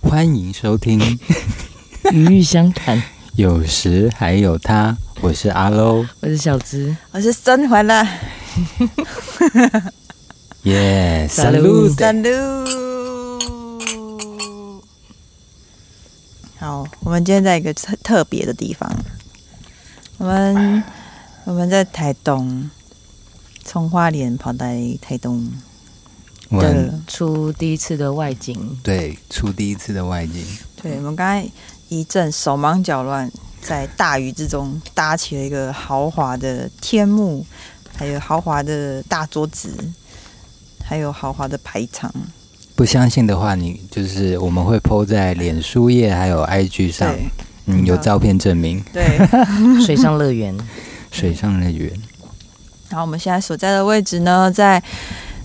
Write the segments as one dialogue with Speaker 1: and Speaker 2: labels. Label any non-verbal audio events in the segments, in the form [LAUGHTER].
Speaker 1: 欢迎收听
Speaker 2: [LAUGHS]
Speaker 1: 《
Speaker 3: [LAUGHS] 鱼与相谈。
Speaker 1: 有时还有他》，我是阿喽，
Speaker 3: 我是小资，
Speaker 2: 我是啊生回了，
Speaker 1: 耶、三
Speaker 3: Salute
Speaker 1: 路
Speaker 2: 三路。好，我们今天在一个特特别的地方，我们我们在台东，从花莲跑到台东，
Speaker 1: 我
Speaker 2: 对
Speaker 1: 们
Speaker 2: 了
Speaker 3: 出第一次的外 [LAUGHS] 景，
Speaker 1: 对出第一次的外景，
Speaker 2: 对，我们刚才一阵手忙脚乱，在大雨之中搭起了一个豪华的天幕，还有豪华的大桌子，还有豪华的排场。
Speaker 1: 不相信的话，你就是我们会 PO 在脸书页还有 IG 上，
Speaker 2: 对
Speaker 1: 嗯，有照片证明。
Speaker 2: 对，
Speaker 3: 水上乐园，
Speaker 1: 水上乐园，
Speaker 2: 然后我们现在所在的位置呢，在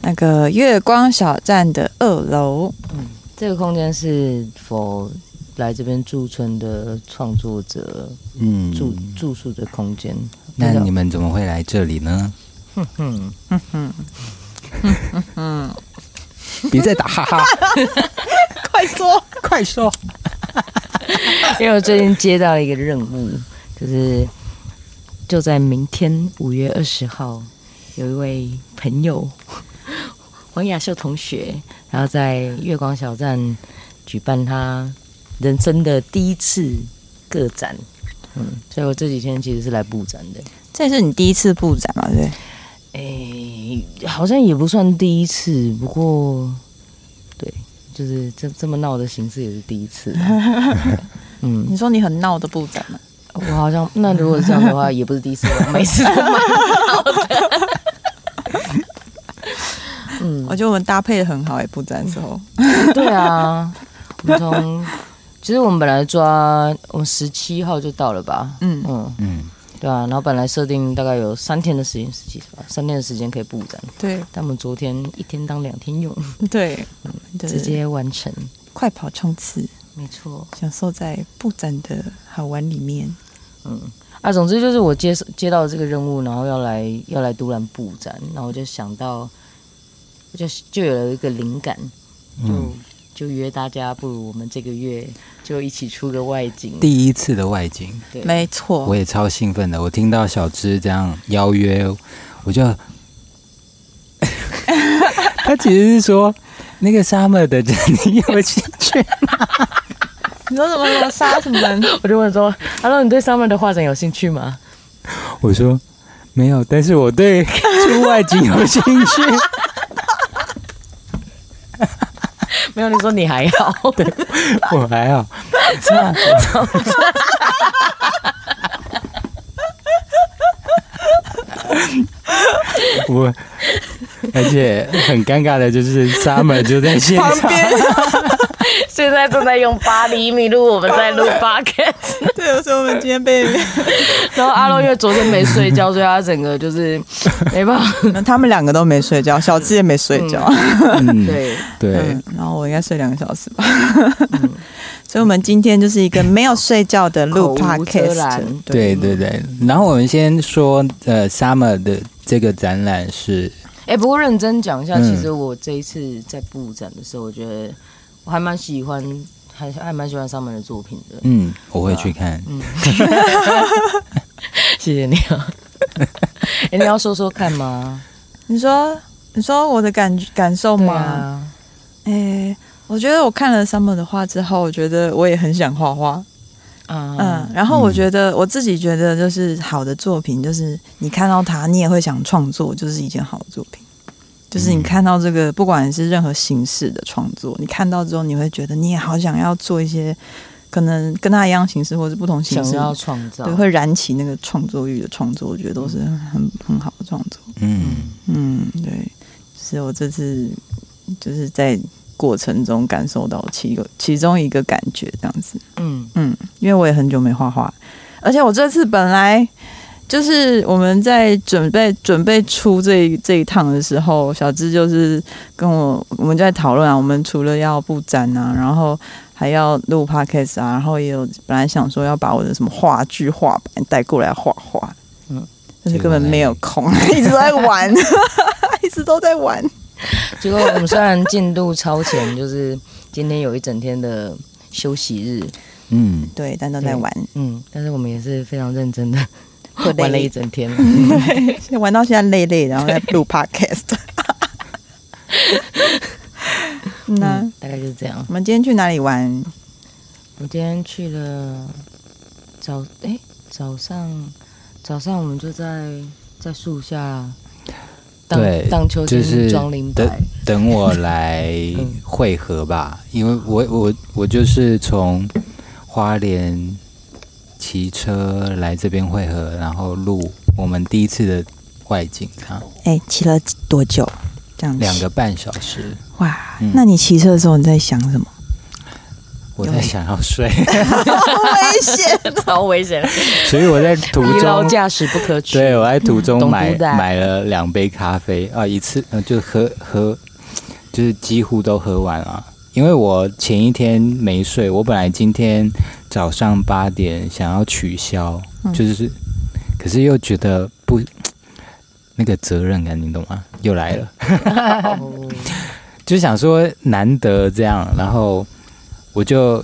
Speaker 2: 那个月光小站的二楼。
Speaker 3: 这个空间是否来这边驻村的创作者
Speaker 1: 嗯，
Speaker 3: 住住宿的空间？
Speaker 1: 那
Speaker 3: 比较
Speaker 1: 你们怎么会来这里呢？
Speaker 3: 嗯，
Speaker 1: 别再打哈哈，
Speaker 2: [LAUGHS] 快说，
Speaker 1: 快说！
Speaker 3: [LAUGHS] 因为我最近接到了一个任务，就是就在明天五月二十号，有一位朋友黄雅秀同学，然后在月光小站举办他人生的第一次个展。嗯，所以我这几天其实是来布展的。
Speaker 2: 这是你第一次布展嘛？对不对，
Speaker 3: 诶、好像也不算第一次，不过，对，就是这这么闹的形式也是第一次 [LAUGHS] 啊。嗯，
Speaker 2: 你说你很闹的布展嘛？
Speaker 3: 我好像那如果是这样的 [LAUGHS] 话，也不是第一次了，每次都蛮闹的。 [LAUGHS] 嗯，
Speaker 2: 我觉得我们搭配的很好哎、布展的时候，
Speaker 3: 对啊，我们从其实我们本来抓我们十七号就到了吧？
Speaker 2: 嗯
Speaker 3: 嗯，
Speaker 1: 嗯，
Speaker 3: 对啊，然后本来设定大概有三天的时间，十七吧，三天的时间可以布展，
Speaker 2: 对
Speaker 3: 但我们昨天一天当两天用，
Speaker 2: 对，
Speaker 3: 直接完成。
Speaker 2: 快跑冲刺，
Speaker 3: 没错，
Speaker 2: 享受在布展的好玩里面。
Speaker 3: 啊，总之就是我接接到这个任务，然后要来要来都兰布展，然后我就想到，我就就有了一个灵感，
Speaker 1: 嗯
Speaker 3: 就、嗯就约大家，不如我们这个月就一起出个外景。
Speaker 1: 第一次的外景，
Speaker 3: 对，
Speaker 2: 没错
Speaker 1: 我，也超兴奋的。我听到小芝这样邀约，我就， [LAUGHS] 他其实是说那个 summer 的人，你有兴趣？
Speaker 2: 你说什么什么杀什么人？
Speaker 3: 我就问说，Hello，你对 Summer 的画展有兴趣吗？
Speaker 1: 我说没有，但是我对出外景有兴趣。 [LAUGHS]
Speaker 3: 没有，你说你还好。对，
Speaker 1: 我还好，那 [LAUGHS] 我，而且很尴尬的就是 Summer 就在现场，
Speaker 3: [LAUGHS] 现在正在用八厘米录，我们在 [LAUGHS] 录 Bucket。
Speaker 2: 对，所以我们今天 [LAUGHS] 被
Speaker 3: 然后阿龙因为昨天没睡觉，所以他整个就是没办法。
Speaker 2: 他们两个都没睡觉，小智也没睡觉。
Speaker 1: 嗯，
Speaker 3: 对，嗯
Speaker 1: 对
Speaker 2: 嗯，，然后我应该睡两个小时吧。 [LAUGHS] 所以，我们今天就是一个没有睡觉的录
Speaker 3: 口无遮
Speaker 2: podcast
Speaker 3: 拦。
Speaker 1: 对对对。然后我们先说，呃，Summer 的这个展览是，
Speaker 3: 哎、不过认真讲一下，
Speaker 1: 嗯
Speaker 3: 其实我这一次在布展的时候，我觉得我还蛮喜欢，还还蛮喜欢上面的作品的。
Speaker 1: 嗯，我会去看，
Speaker 3: 谢谢你啊！ [LAUGHS] 哎、你要说说看吗？
Speaker 2: 你说，你说我的感感
Speaker 3: [LAUGHS]
Speaker 2: 受
Speaker 3: 对
Speaker 2: 吗？
Speaker 3: 啊，
Speaker 2: 哎、我觉得我看了 Summer 的画之后，我觉得我也很想画画。
Speaker 3: 啊、
Speaker 2: 嗯，然后我觉得、我自己觉得，就是好的作品，就是你看到它，你也会想创作，就是一件好的作品。就是你看到这个，不管是任何形式的创作，你看到之后，你会觉得你也好想要做一些可能跟它一样形式，或者不同形
Speaker 3: 想
Speaker 2: 式的
Speaker 3: 要创造
Speaker 2: 对，，会燃起那个创作欲的创作，我觉得都是很很好的创作。
Speaker 1: 嗯，
Speaker 2: 嗯，对，是我这次就是在过程中感受到其个其中一个感觉这样子。
Speaker 3: 嗯，
Speaker 2: 嗯，因为我也很久没画画，而且我这次本来就是我们在准备准备出这一这一趟的时候，小智就是跟我我们就在讨论啊，我们除了要布展啊，然后还要录 podcast 啊，然后也有本来想说要把我的什么话剧画板带过来画画，嗯
Speaker 3: 嗯，
Speaker 2: 但是根本没有空， [LAUGHS] 一直都在玩，一直都在玩，
Speaker 3: 结果我们虽然进度超前，就是今天有一整天的休息日，
Speaker 1: 嗯，
Speaker 2: 对，但都在玩，
Speaker 3: 嗯，但是我们也是非常认真的 [LAUGHS]
Speaker 2: 会累
Speaker 3: 玩了一整天。
Speaker 2: 对，玩到现在累累，然后在录
Speaker 3: [LAUGHS]
Speaker 2: podcast。那、
Speaker 3: 嗯，大概就是这样。
Speaker 2: 我们今天去哪里玩？
Speaker 3: 我今天去了早，哎、早上早上我们就在在树下荡
Speaker 1: 对
Speaker 3: 荡秋
Speaker 1: 就
Speaker 3: 千、
Speaker 1: 是
Speaker 3: 装灵
Speaker 1: 等
Speaker 3: 摆，
Speaker 1: 等我来
Speaker 3: 嗯
Speaker 1: 汇合 [LAUGHS] 吧，因为我我我就是从花莲骑车来这边汇合，然后录我们第一次的外景啊，
Speaker 2: 哎、骑了多久？这样
Speaker 1: 两
Speaker 2: 骑
Speaker 1: 个半小时，
Speaker 2: 哇、
Speaker 1: 嗯
Speaker 2: 那你骑车的时候你在想什 [LAUGHS] 么？
Speaker 1: 我在想要 [LAUGHS] 睡，
Speaker 2: 危险！
Speaker 3: [LAUGHS] 超危险，
Speaker 1: 所以我在途
Speaker 3: 疲劳
Speaker 1: 中。
Speaker 3: 驾驶不可取。
Speaker 1: 对，我在途中
Speaker 3: 懂
Speaker 1: 买
Speaker 3: 读的
Speaker 1: 买了两杯咖啡啊，一次呃就喝喝，就是几乎都喝完了。因为我前一天没睡，我本来今天早上八点想要取消，
Speaker 2: 嗯
Speaker 1: 就是，可是又觉得不那个责任感，你懂吗？又来了。
Speaker 3: 哦
Speaker 1: 就想说难得这样，然后我就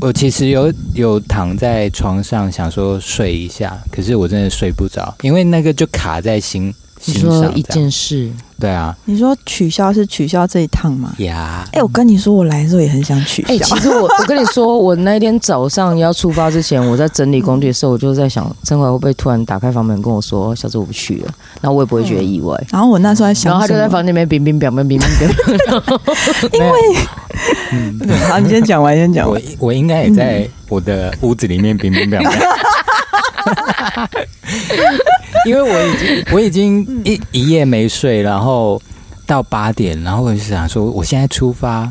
Speaker 1: 我其实有有躺在床上想说睡一下，可是我真的睡不着，因为那个就卡在心
Speaker 3: 你
Speaker 1: 心
Speaker 3: 说
Speaker 1: 上
Speaker 3: 一
Speaker 1: 这样。
Speaker 3: 件事，
Speaker 1: 对啊，
Speaker 2: [LAUGHS] 你说取消是取消这一趟吗？
Speaker 1: 呀
Speaker 2: 哎、，我跟你说，我来的时候也很想取消。
Speaker 3: 哎、其实我我跟你说，我那天早上要出发之前，我在整理工具的时候，我就在想，郑怀会不会突然打开房门跟我说：“小子，我不去了。”然后我也不会觉得意外。
Speaker 2: 然后我那时候在
Speaker 3: 然
Speaker 2: 想
Speaker 3: 后他
Speaker 2: 什
Speaker 3: 就
Speaker 2: 么，
Speaker 3: 在房间里面冰冰表面冰冰表，
Speaker 1: 因为
Speaker 2: [LAUGHS] 好，你先讲完，先讲
Speaker 1: 我
Speaker 2: 完。
Speaker 1: 我应该也在我的屋子里面冰冰凉凉。 [LAUGHS] 因为我已经我已经一一夜没睡，然后到八点，然后我就想说，我现在出发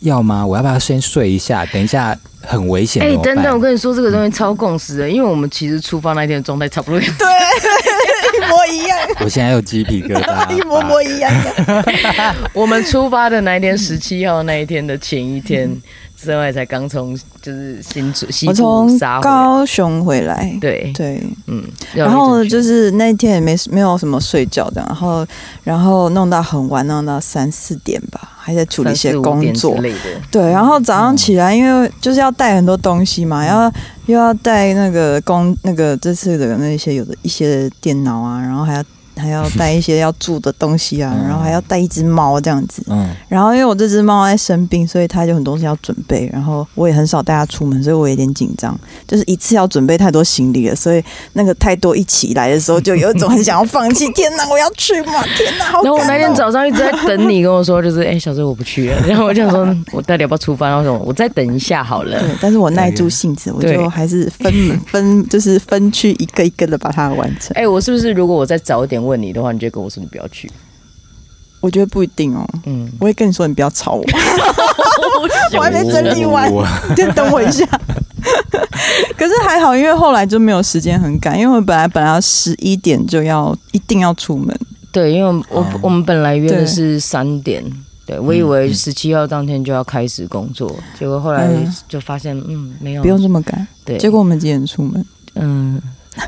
Speaker 1: 要吗？我要不要先睡一下？等一下很危险。
Speaker 3: [LAUGHS] 哎、
Speaker 1: 怎么
Speaker 3: 等
Speaker 1: 办
Speaker 3: 等，我跟你说，这个东西超共识的，因为我们其实出发那天的状态差不多，
Speaker 2: 一模一样，，
Speaker 1: 我现在有鸡皮疙瘩
Speaker 2: [LAUGHS] 一模模一样。
Speaker 3: 啊我们出发的那一天，十七号那一天的前一天，郑怀才刚从就是新竹西
Speaker 2: 我
Speaker 3: 部
Speaker 2: 从
Speaker 3: 杀回来，
Speaker 2: 高雄回来，
Speaker 3: 对，
Speaker 2: 对，
Speaker 3: 嗯，
Speaker 2: 然后就是是那天也没没有什么睡觉的，然后然后弄到很晚，弄到三四点吧，还在处理一些工作
Speaker 3: 之。类的，
Speaker 2: 对，然后早上起来，因为就是要带很多东西
Speaker 3: 嗯
Speaker 2: 嘛，要又要带那个工那个这次的那些有的一些电脑啊，然后还要还要带一些要住的东西啊，
Speaker 1: 嗯
Speaker 2: 然后还要带一只猫这样子。
Speaker 1: 嗯，
Speaker 2: 然后因为我这只猫在生病，所以它有很多东西要准备。然后我也很少带它出门，所以我有点紧张，就是一次要准备太多行李了，所以那个太多一起来的时候，就有一种很想要放弃。天哪，我要去
Speaker 3: [LAUGHS]
Speaker 2: 吗？天哪，好
Speaker 3: 然后我那
Speaker 2: 感
Speaker 3: 天
Speaker 2: 动！
Speaker 3: 早上一直在等你跟我说，就是哎、小周我不去了， [LAUGHS] 然后我就想
Speaker 2: [LAUGHS]
Speaker 3: 说，我到底要不要出发？然后我说我再等一下好了。
Speaker 2: 对，嗯但是我耐住性子，我
Speaker 3: 对
Speaker 2: 就还是分 [LAUGHS] 分就是分区一个一个的把它完成。
Speaker 3: 哎、我是不是如果我再早一点问你的话，你就跟我说你不要去？
Speaker 2: 我觉得不一定哦，
Speaker 3: 嗯，
Speaker 2: 我会跟你说你不要
Speaker 3: [LAUGHS]
Speaker 2: 吵我， [LAUGHS] 我还没整理完。
Speaker 1: 我
Speaker 2: [LAUGHS] 就等我一
Speaker 3: [LAUGHS]
Speaker 2: 下。可是还好，因为后来就没有时间很赶，因为我本来本来要十一点就要一定要出门，
Speaker 3: 对，因为我、
Speaker 1: 哦
Speaker 3: 我们本来约的
Speaker 2: 对
Speaker 3: 是三点，对我以为十七号当天就要开始工作，结果后来
Speaker 2: 嗯
Speaker 3: 就发现嗯没有，
Speaker 2: 不用这么赶。
Speaker 3: 对，
Speaker 2: 结果我们几点出门？
Speaker 3: 嗯。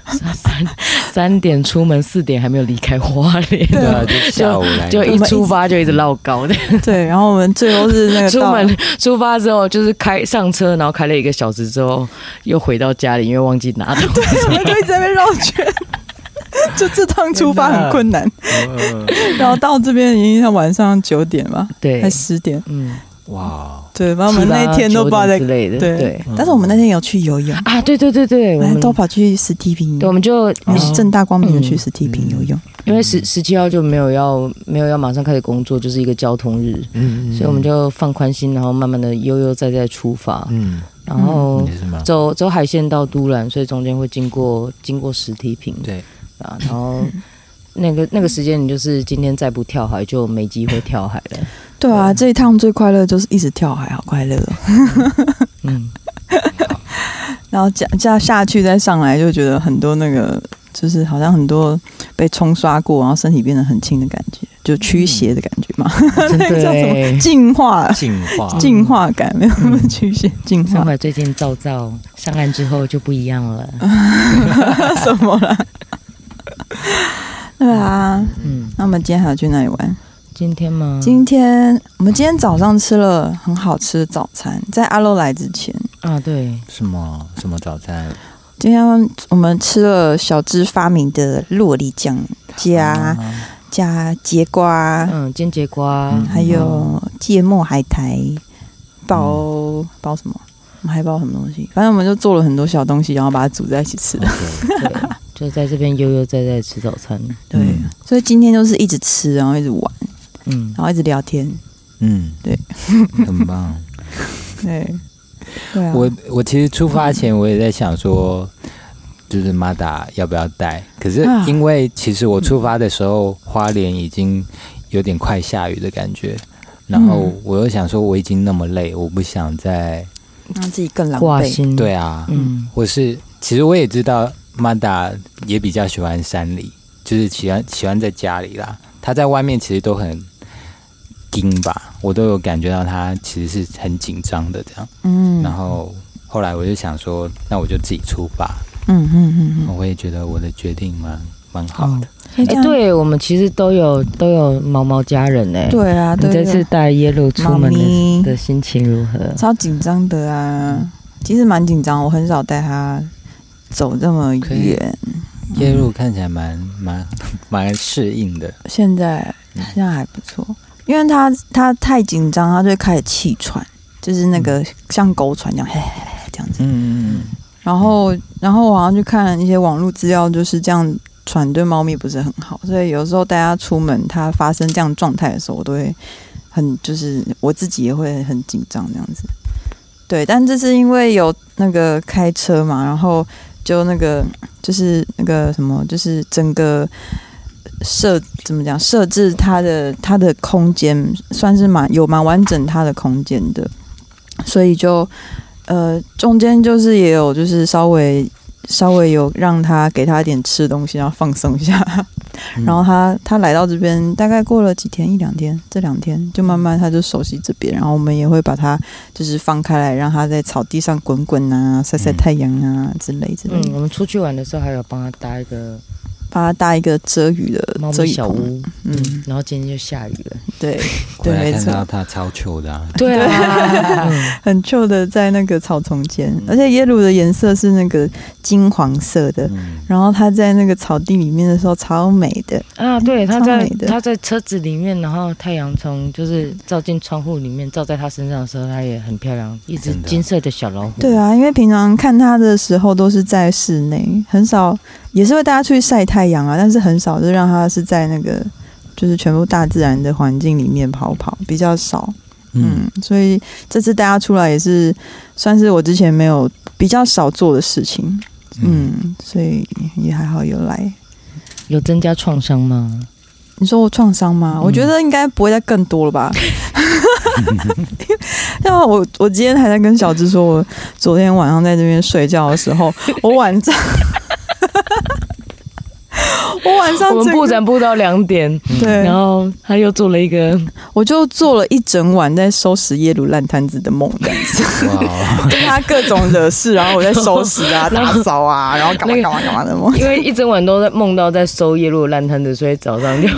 Speaker 3: 三三三点出门，四点还没有离开花莲，
Speaker 1: [LAUGHS] 对啊，就下午来
Speaker 3: [LAUGHS] 就
Speaker 2: 我
Speaker 3: 一
Speaker 2: 们一
Speaker 3: 出发就一直唠高的。
Speaker 2: 对，然后我们最后是那个
Speaker 3: 出 [LAUGHS]
Speaker 2: 到
Speaker 3: 门出发之后，就是开上车，然后开了一个小时之后，又回到家里，因为忘记拿
Speaker 2: [LAUGHS]
Speaker 3: 东西。
Speaker 2: 我们就一直在那边绕圈。 [LAUGHS] 就这趟出发很困难，
Speaker 1: 嗯
Speaker 2: [LAUGHS] 然后到这边已经要晚上九点吧，
Speaker 3: 对
Speaker 2: 才，十点。
Speaker 3: 嗯，
Speaker 1: 哇，哦
Speaker 2: 对，反正我们那天都不知道在
Speaker 3: 七八九点之类的，
Speaker 2: 对
Speaker 3: 对
Speaker 2: 但是我们那天有去游泳，
Speaker 3: 啊，对对对对，
Speaker 2: 我
Speaker 3: 我
Speaker 2: 们
Speaker 3: 们
Speaker 2: 都跑去实体坪
Speaker 3: 对，我
Speaker 2: 游泳，
Speaker 3: 们就
Speaker 2: 我们是正大光明的去
Speaker 3: 嗯
Speaker 2: 实体坪游泳。
Speaker 3: 因为嗯十十七号就没有要没有要马上开始工作，就是一个交通日，
Speaker 1: 嗯
Speaker 3: 所以我们就放宽心，然后慢慢的悠悠哉哉出发，
Speaker 1: 嗯，
Speaker 3: 然后
Speaker 1: 你是吗？
Speaker 3: 走走海线到都兰，所以中间会经过经过实体坪
Speaker 1: 对，
Speaker 3: 啊，然后。那个那个时间，你就是今天再不跳海就没机会跳海了。
Speaker 2: 对啊，这一趟最快乐就是一直跳海，好快乐哦。 [LAUGHS]
Speaker 3: 嗯，
Speaker 2: 然后加加下去再上来，就觉得很多那个就是好像很多被冲刷过，然后身体变得很轻的感觉，就驱邪的感觉嘛，
Speaker 3: 真
Speaker 2: 那个
Speaker 3: 的
Speaker 2: [LAUGHS] 叫什么
Speaker 3: 欸。
Speaker 2: 净化
Speaker 1: 进化，
Speaker 2: 净化感，没有驱邪净
Speaker 3: 上
Speaker 2: 化
Speaker 3: 海最近照照，上岸之后就不一样了。
Speaker 2: 嗯什么啦？对啊，
Speaker 3: 嗯，
Speaker 2: 啊那我们今天还要去哪里玩？
Speaker 3: 今天吗？
Speaker 2: 今天我们今天早上吃了很好吃的早餐，在阿洛来之前，
Speaker 3: 啊，对，
Speaker 1: 什么什么早餐？
Speaker 2: 今天我们吃了小芝发明的洛梨酱，加
Speaker 1: 啊
Speaker 2: 加节瓜，
Speaker 3: 嗯，煎节瓜，
Speaker 1: 嗯
Speaker 2: 啊还有芥末海苔，包
Speaker 3: 嗯
Speaker 2: 包什么？我们还包什么东西？反正我们就做了很多小东西，然后把它煮在一起
Speaker 3: 嗯
Speaker 2: 吃。
Speaker 1: OK，
Speaker 3: 对，
Speaker 2: [LAUGHS]
Speaker 3: 就在这边悠悠哉哉吃早餐。
Speaker 2: 对，
Speaker 1: 嗯
Speaker 2: 所以今天就是一直吃，然后一直玩，
Speaker 3: 嗯，
Speaker 2: 然后一直聊天。
Speaker 1: 嗯，
Speaker 2: 对，
Speaker 1: [LAUGHS] 很棒。
Speaker 2: 对，对啊，
Speaker 1: [LAUGHS] 我我其实出发前我也在想说，就是马达要不要带？可是
Speaker 2: 啊
Speaker 1: 因为其实我出发的时候，花莲已经有点快下雨的感觉，然后
Speaker 3: 嗯
Speaker 1: 我又想说我已经那么累，我不想再
Speaker 2: 让自己更狼
Speaker 3: 挂
Speaker 2: 狈。
Speaker 3: 心，
Speaker 1: 对，啊，
Speaker 3: 嗯，
Speaker 1: 我是其实我也知道马达也比较喜欢山里，就是喜欢喜欢在家里啦。他在外面其实都很盯吧，我都有感觉到他其实是很紧张的这样。
Speaker 2: 嗯
Speaker 1: 然后后来我就想说，那我就自己出发。
Speaker 2: 嗯嗯嗯
Speaker 1: 我也觉得我的决定蛮蛮好
Speaker 3: 好
Speaker 1: 的。。
Speaker 2: 嗯，
Speaker 3: 哎，对我们其实都有都有毛毛家人哎，
Speaker 2: 对啊，
Speaker 3: 你这
Speaker 2: 对
Speaker 3: 次带耶鲁出门
Speaker 2: 猫咪
Speaker 3: 的的心情如何？
Speaker 2: 超紧张的啊，其实蛮紧张，我很少带他走这么
Speaker 1: 可以
Speaker 2: 远。
Speaker 1: 夜路看起来蛮蛮蛮适应的，
Speaker 2: 现在
Speaker 1: 嗯
Speaker 2: 现在还不错，因为他他太紧张，他就会开始气喘，就是那个像狗喘一样，嘿嘿嘿这样子。
Speaker 1: 嗯嗯
Speaker 2: 然后然后我好像去看一些网络资料，就是这样喘对猫咪不是很好，所以有时候带它出门，它发生这样状态的时候，我都会很就是我自己也会很紧张这样子。对，但这是因为有那个开车嘛，然后就那个就是那个什么，就是整个设怎么讲设置它的它的空间算是蛮有蛮完整它的空间的，所以就呃中间就是也有就是稍微稍微有让它给它一点吃东西，然后放松一下。
Speaker 1: 嗯
Speaker 2: 然后他他来到这边，大概过了几天一两天，这两天就慢慢他就熟悉这边，然后我们也会把它就是放开来，让它在草地上滚滚啊，晒晒
Speaker 1: 嗯
Speaker 2: 太阳啊之类之类
Speaker 3: 嗯，
Speaker 2: 的，
Speaker 3: 我们出去玩的时候还有帮他搭一个
Speaker 2: 把它搭一个遮雨
Speaker 3: 猫
Speaker 2: 的遮
Speaker 3: 咪
Speaker 2: 雨
Speaker 3: 小
Speaker 2: 棚。
Speaker 3: 屋，
Speaker 2: 嗯，
Speaker 3: 然后今天就下雨了。
Speaker 2: 对，
Speaker 1: 回来
Speaker 2: 对没
Speaker 1: 看
Speaker 2: 错
Speaker 1: 到他超糗的、啊，
Speaker 3: 对啊， [LAUGHS] 嗯
Speaker 2: 很旧的在那个草丛间，而且耶鲁的颜色是那个金黄色的。
Speaker 1: 嗯，
Speaker 2: 然后它在那个草地里面的时候超美的，
Speaker 3: 啊，对，他
Speaker 2: 超
Speaker 3: 在
Speaker 2: 美的
Speaker 3: 他在车子里面，然后太阳从就是照进窗户里面，照在他身上的时候，他也很漂亮，一只
Speaker 1: 真的
Speaker 3: 金色的小老虎。
Speaker 2: 对啊，因为平常看它的时候都是在室内，很少也是会带它出去晒太阳啊，但是很少就让它是在那个就是全部大自然的环境里面跑跑，比较少。嗯
Speaker 1: 嗯，
Speaker 2: 所以这次带它出来也是算是我之前没有比较少做的事情。
Speaker 1: 嗯，
Speaker 2: 嗯，所以也还好有来。
Speaker 3: 有增加创伤吗？
Speaker 2: 你说我创伤吗？
Speaker 3: 嗯
Speaker 2: 我觉得应该不会再更多了吧。因为我我今天还在跟小芝说，我昨天晚上在这边睡觉的
Speaker 3: [LAUGHS]
Speaker 2: 时候，我晚上，我晚上
Speaker 3: 我们嗯
Speaker 2: 整
Speaker 3: 布
Speaker 2: 个
Speaker 3: 展布到两点，
Speaker 2: 对
Speaker 3: 然，后他又做了一个，
Speaker 2: 我就做了一整晚在收拾耶鲁烂摊子的梦，这样子
Speaker 1: 哇哦，
Speaker 2: 跟他各种惹事，然后我在收拾
Speaker 3: [LAUGHS]
Speaker 2: 啊、打扫啊，然后干嘛
Speaker 3: 那个
Speaker 2: 干嘛干嘛的梦。
Speaker 3: 因为一整晚都在梦到在收叶落烂摊子，所以早上就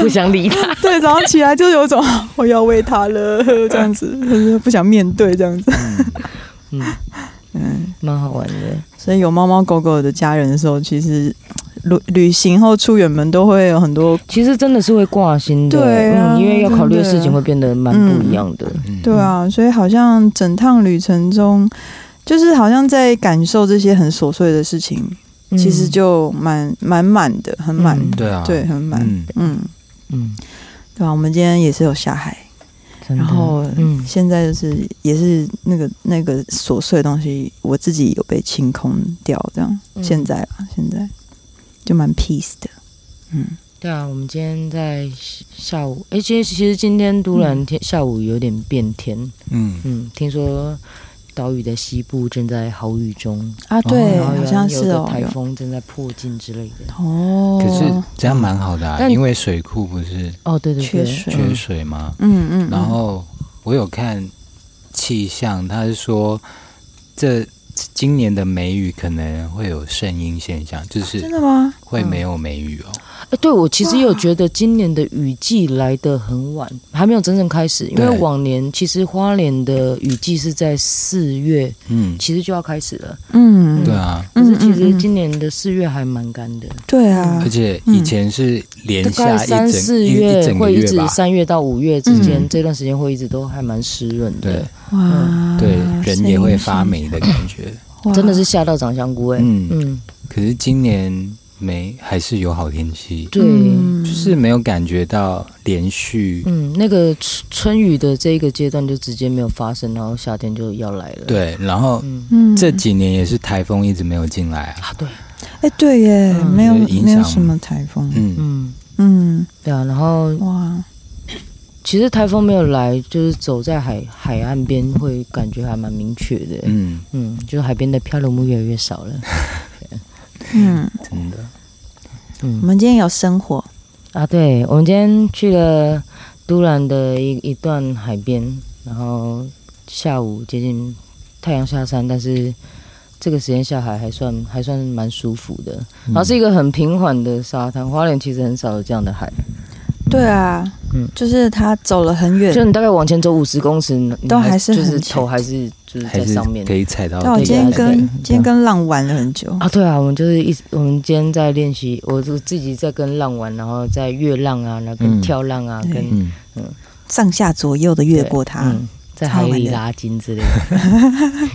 Speaker 3: 不想理他。
Speaker 2: 对，早上起来就有一种我要喂他了这样子，就是不想面对这样子。
Speaker 3: 嗯，
Speaker 2: 嗯，
Speaker 3: [LAUGHS] 蛮好玩的。
Speaker 2: 所以有猫猫狗狗的家人的时候，其实旅旅行后出远门都会有很多
Speaker 3: 其实真的是会挂心的，
Speaker 2: 对啊
Speaker 3: 嗯，因为要考虑的事
Speaker 2: 真
Speaker 3: 情
Speaker 2: 的
Speaker 3: 会变得蛮不一样的。
Speaker 1: 嗯
Speaker 2: [LAUGHS] 对，啊，所以好像整趟旅程中，就是好像在感受这些很琐碎的事情，
Speaker 3: 嗯
Speaker 2: 其实就蛮蛮满的，很满，
Speaker 3: 嗯
Speaker 1: 对啊，
Speaker 2: 对，，很满，
Speaker 1: 嗯
Speaker 2: 嗯，
Speaker 3: 嗯，
Speaker 2: 对啊，我们今天也是有下海，
Speaker 3: 真的
Speaker 2: 然后
Speaker 3: 嗯，
Speaker 2: 现在就是也是那个那个琐碎的东西，我自己有被清空掉，这样、
Speaker 3: 嗯
Speaker 2: 现在啊，现在就蛮 peace 的，嗯，
Speaker 3: 对啊，我们今天在下午，哎、其实其实今天突然
Speaker 2: 嗯
Speaker 3: 天、下午有点变天，
Speaker 1: 嗯
Speaker 3: 嗯，听说岛屿的西部正在豪雨中，
Speaker 2: 啊，对，
Speaker 3: 然后
Speaker 2: 好
Speaker 3: 有
Speaker 2: 像是
Speaker 3: 有
Speaker 2: 哦
Speaker 3: 个，台
Speaker 2: 有
Speaker 3: 风正在迫近之类的。
Speaker 2: 哦，
Speaker 1: 可是这样蛮好的、啊，
Speaker 3: 但
Speaker 1: 因为水库不是
Speaker 3: 哦，对对对，
Speaker 2: 缺水
Speaker 1: 缺水吗？
Speaker 2: 嗯嗯，嗯
Speaker 1: 然后我有看气象，他是说这今年的梅雨可能会有圣婴现象，就
Speaker 2: 真
Speaker 1: 是
Speaker 2: 的吗？
Speaker 1: 会没有梅雨哦。
Speaker 3: 嗯。哎、哎，对我其实也有觉得今年的雨季来得很晚，还没有真正开始，因为
Speaker 1: 对
Speaker 3: 往年其实花莲的雨季是在四月，
Speaker 1: 嗯，
Speaker 3: 其实就要开始了。
Speaker 2: 嗯，
Speaker 1: 对啊，
Speaker 3: 可
Speaker 2: 嗯
Speaker 3: 是其
Speaker 2: 嗯
Speaker 3: 实
Speaker 2: 嗯
Speaker 3: 今年的四月还蛮干的，
Speaker 2: 对啊
Speaker 1: 而，且以前是连
Speaker 3: 大概
Speaker 1: 下一整
Speaker 3: 三四
Speaker 1: 一一
Speaker 3: 月
Speaker 1: 整个
Speaker 3: 会一
Speaker 1: 月
Speaker 3: 直
Speaker 1: 吧，
Speaker 3: 三月到五月之间
Speaker 2: 嗯
Speaker 3: 这段时间会一直都还蛮湿润
Speaker 1: 对
Speaker 3: 的，
Speaker 2: 哇，
Speaker 1: 嗯对，
Speaker 3: 啊
Speaker 1: 人也会发
Speaker 2: 声音，
Speaker 1: 霉的感觉。
Speaker 2: 哇
Speaker 3: 真的是吓到长香菇哎。
Speaker 1: 嗯
Speaker 3: 嗯，
Speaker 1: 可是今年没，还是有好天气，
Speaker 3: 对。
Speaker 2: 嗯
Speaker 1: 就是没有感觉到连续。
Speaker 3: 嗯，那个春春雨的这一个阶段就直接没有发生，然后夏天就要来了。，
Speaker 1: 对，然后
Speaker 3: 嗯
Speaker 2: 嗯
Speaker 1: 这几年也是台风一直没有进来啊。
Speaker 3: 啊，对，
Speaker 2: 哎，对耶，
Speaker 3: 嗯
Speaker 2: 没有
Speaker 1: 就是影响
Speaker 2: 没有什么台风，
Speaker 1: 嗯，
Speaker 3: 嗯，
Speaker 2: 嗯，
Speaker 3: 对啊。然后
Speaker 2: 哇，
Speaker 3: 其实台风没有来，就是走在海海岸边会感觉还蛮明确的。嗯
Speaker 1: 嗯，
Speaker 3: 就是海边的漂流木越来越少了。
Speaker 2: 嗯，
Speaker 1: 真的，
Speaker 2: 我
Speaker 3: 嗯
Speaker 2: 们今天有生活，
Speaker 3: 啊，对，我们今天去了都兰的一一段海边，然后下午接近太阳下山，但是这个时间下海还算还算蛮舒服的。然
Speaker 2: 嗯
Speaker 3: 后是一个很平缓的沙滩，花莲其实很少有这样的海，
Speaker 2: 对啊，
Speaker 3: 嗯
Speaker 2: 就是他走了很远
Speaker 3: 就，你大概往前走五十公尺，你
Speaker 2: 都还是
Speaker 3: 就
Speaker 2: 很
Speaker 3: 是
Speaker 2: 浅
Speaker 3: 头还是就是
Speaker 1: 还
Speaker 3: 嗯在
Speaker 1: 是
Speaker 3: 上面
Speaker 1: 可以踩到
Speaker 2: 但我
Speaker 1: 地
Speaker 2: 啊今
Speaker 1: 的
Speaker 2: 天
Speaker 1: 感觉。
Speaker 2: 跟今天
Speaker 1: 对
Speaker 2: 跟浪玩了很久，
Speaker 3: 啊，对啊，我们就是一直，我们今天在练习，我就自己在跟浪玩，然后在越浪啊，然后跟
Speaker 1: 嗯
Speaker 3: 跳浪啊，
Speaker 2: 对
Speaker 3: 跟
Speaker 1: 嗯，
Speaker 2: 上下左右的越
Speaker 3: 对
Speaker 2: 过它，
Speaker 3: 嗯，在海
Speaker 2: 超好玩
Speaker 3: 里
Speaker 2: 的
Speaker 3: 拉筋之类的。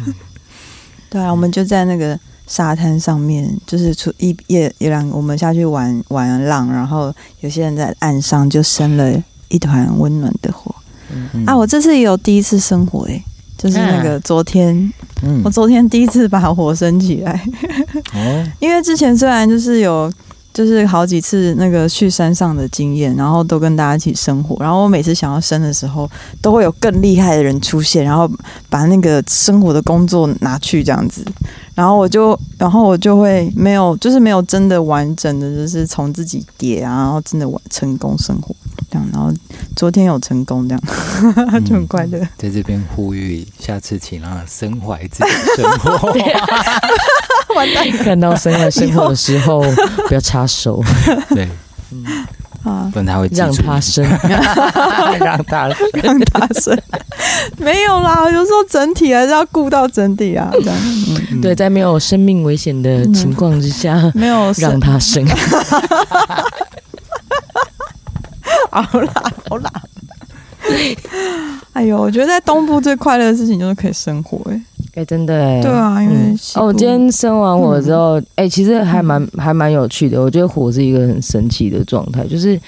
Speaker 2: 对啊，我们就在那个沙滩上面，就是出一也也两，我们下去玩玩浪，然后有些人在岸上就生了一团温暖的火、
Speaker 1: 嗯
Speaker 2: 啊！我这次也有第一次生火诶、就是那个昨天，
Speaker 1: 嗯
Speaker 2: 我昨天第一次把火升起来，
Speaker 1: 哦，
Speaker 2: 因为之前虽然就是有。就是好几次那个去山上的经验，然后都跟大家一起生火，然后我每次想要生的时候，都会有更厉害的人出现，然后把那个生活的工作拿去这样子，然后我就，然后我就会没有，就是没有真的完整的，就是从自己叠啊，然后真的完成功生活这样，然后昨天有成功这样， [LAUGHS] 就很快乐。
Speaker 1: 在这边呼吁，下次请让身怀自己的生
Speaker 3: [LAUGHS]
Speaker 1: 活。
Speaker 3: 看到生活生活的时候，不要插 [LAUGHS] 手，
Speaker 1: 对，
Speaker 2: 啊，
Speaker 1: 不然他会记住
Speaker 3: 让它生。 [LAUGHS]
Speaker 1: 让他
Speaker 2: 让大声， [LAUGHS] 没有啦，有时候 [LAUGHS] 整体还是要顾到整体啊，这样
Speaker 3: 对，在没有生命危险的情况之下，
Speaker 2: 没有
Speaker 3: [LAUGHS] 让它生。
Speaker 2: 好啦，好啦。哎呦，我觉得在东部最快乐的事情就是可以生活、欸，
Speaker 3: 哎，真的哎。
Speaker 2: 对啊，因为
Speaker 3: 嗯
Speaker 2: 西
Speaker 3: 哦，我
Speaker 2: 部
Speaker 3: 今天生完火之后，哎、其实还蛮还蛮有趣的。我觉得火是一个很神奇的状态，就是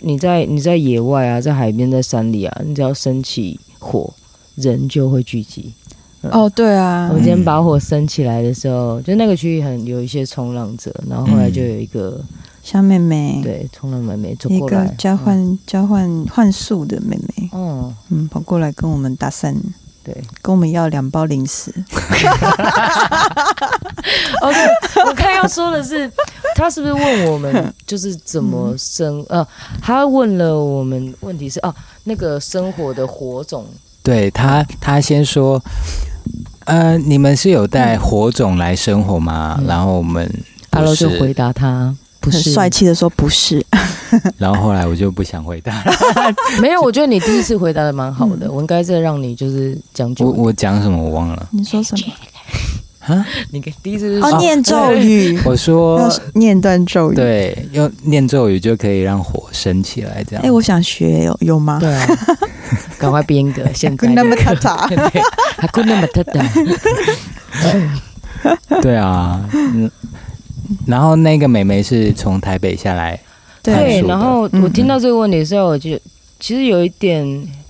Speaker 3: 你在你在野外啊，在海边，在山里啊，你只要升起火，人就会聚集。
Speaker 2: 哦，对啊
Speaker 3: 我，今天把火升起来的时候，就那个区域很有一些冲浪者，然后后来就有一个、
Speaker 2: 小妹妹，
Speaker 3: 对冲浪妹妹走
Speaker 2: 一
Speaker 3: 过
Speaker 2: 个
Speaker 3: 来嗯
Speaker 2: 交换、交换换宿的妹妹，
Speaker 3: 哦，
Speaker 2: 嗯，跑过来跟我们搭讪，
Speaker 3: 对，
Speaker 2: 跟我们要两包零食。
Speaker 3: 哦，对，我刚要说的是，他是不是问我们就是怎么生？呃，他问了我们问题是哦、那个生火的火种，
Speaker 1: 对他，他先说，呃，你们是有带
Speaker 2: 嗯
Speaker 1: 火种来生活吗？
Speaker 3: 嗯
Speaker 1: 然后我们
Speaker 3: 阿
Speaker 1: 不
Speaker 3: 乐
Speaker 1: 是
Speaker 3: 就回答他不
Speaker 2: 很
Speaker 3: 是，
Speaker 2: 帅气的说
Speaker 3: [LAUGHS]
Speaker 2: 不是，
Speaker 1: 然后后来我就不想回
Speaker 2: [LAUGHS]
Speaker 1: 答了，
Speaker 3: 没有，我觉得你第一次回答的蛮好的，我应该再让你就是讲
Speaker 1: 我
Speaker 3: 究。
Speaker 1: 我讲什么我忘了，
Speaker 2: 你说什么？
Speaker 3: 你给第一次就是
Speaker 2: 哦，念咒语，
Speaker 1: 我说
Speaker 2: 要念段咒语。，
Speaker 1: 对，用念咒语就可以让火升起来，这样。
Speaker 2: 哎、我想学，有有
Speaker 3: [LAUGHS] 啊
Speaker 2: 吗？
Speaker 3: 对啊，赶快编一个，现在
Speaker 2: 跟那么他他，
Speaker 3: [LAUGHS] 对，还哭那么特的，
Speaker 1: [LAUGHS] 对啊，嗯。然后那个美眉是从台北下来，
Speaker 3: 对
Speaker 1: 探，索的嗯
Speaker 3: 然后
Speaker 2: 嗯
Speaker 3: 我听到这个问题的时候，我就其实有一点，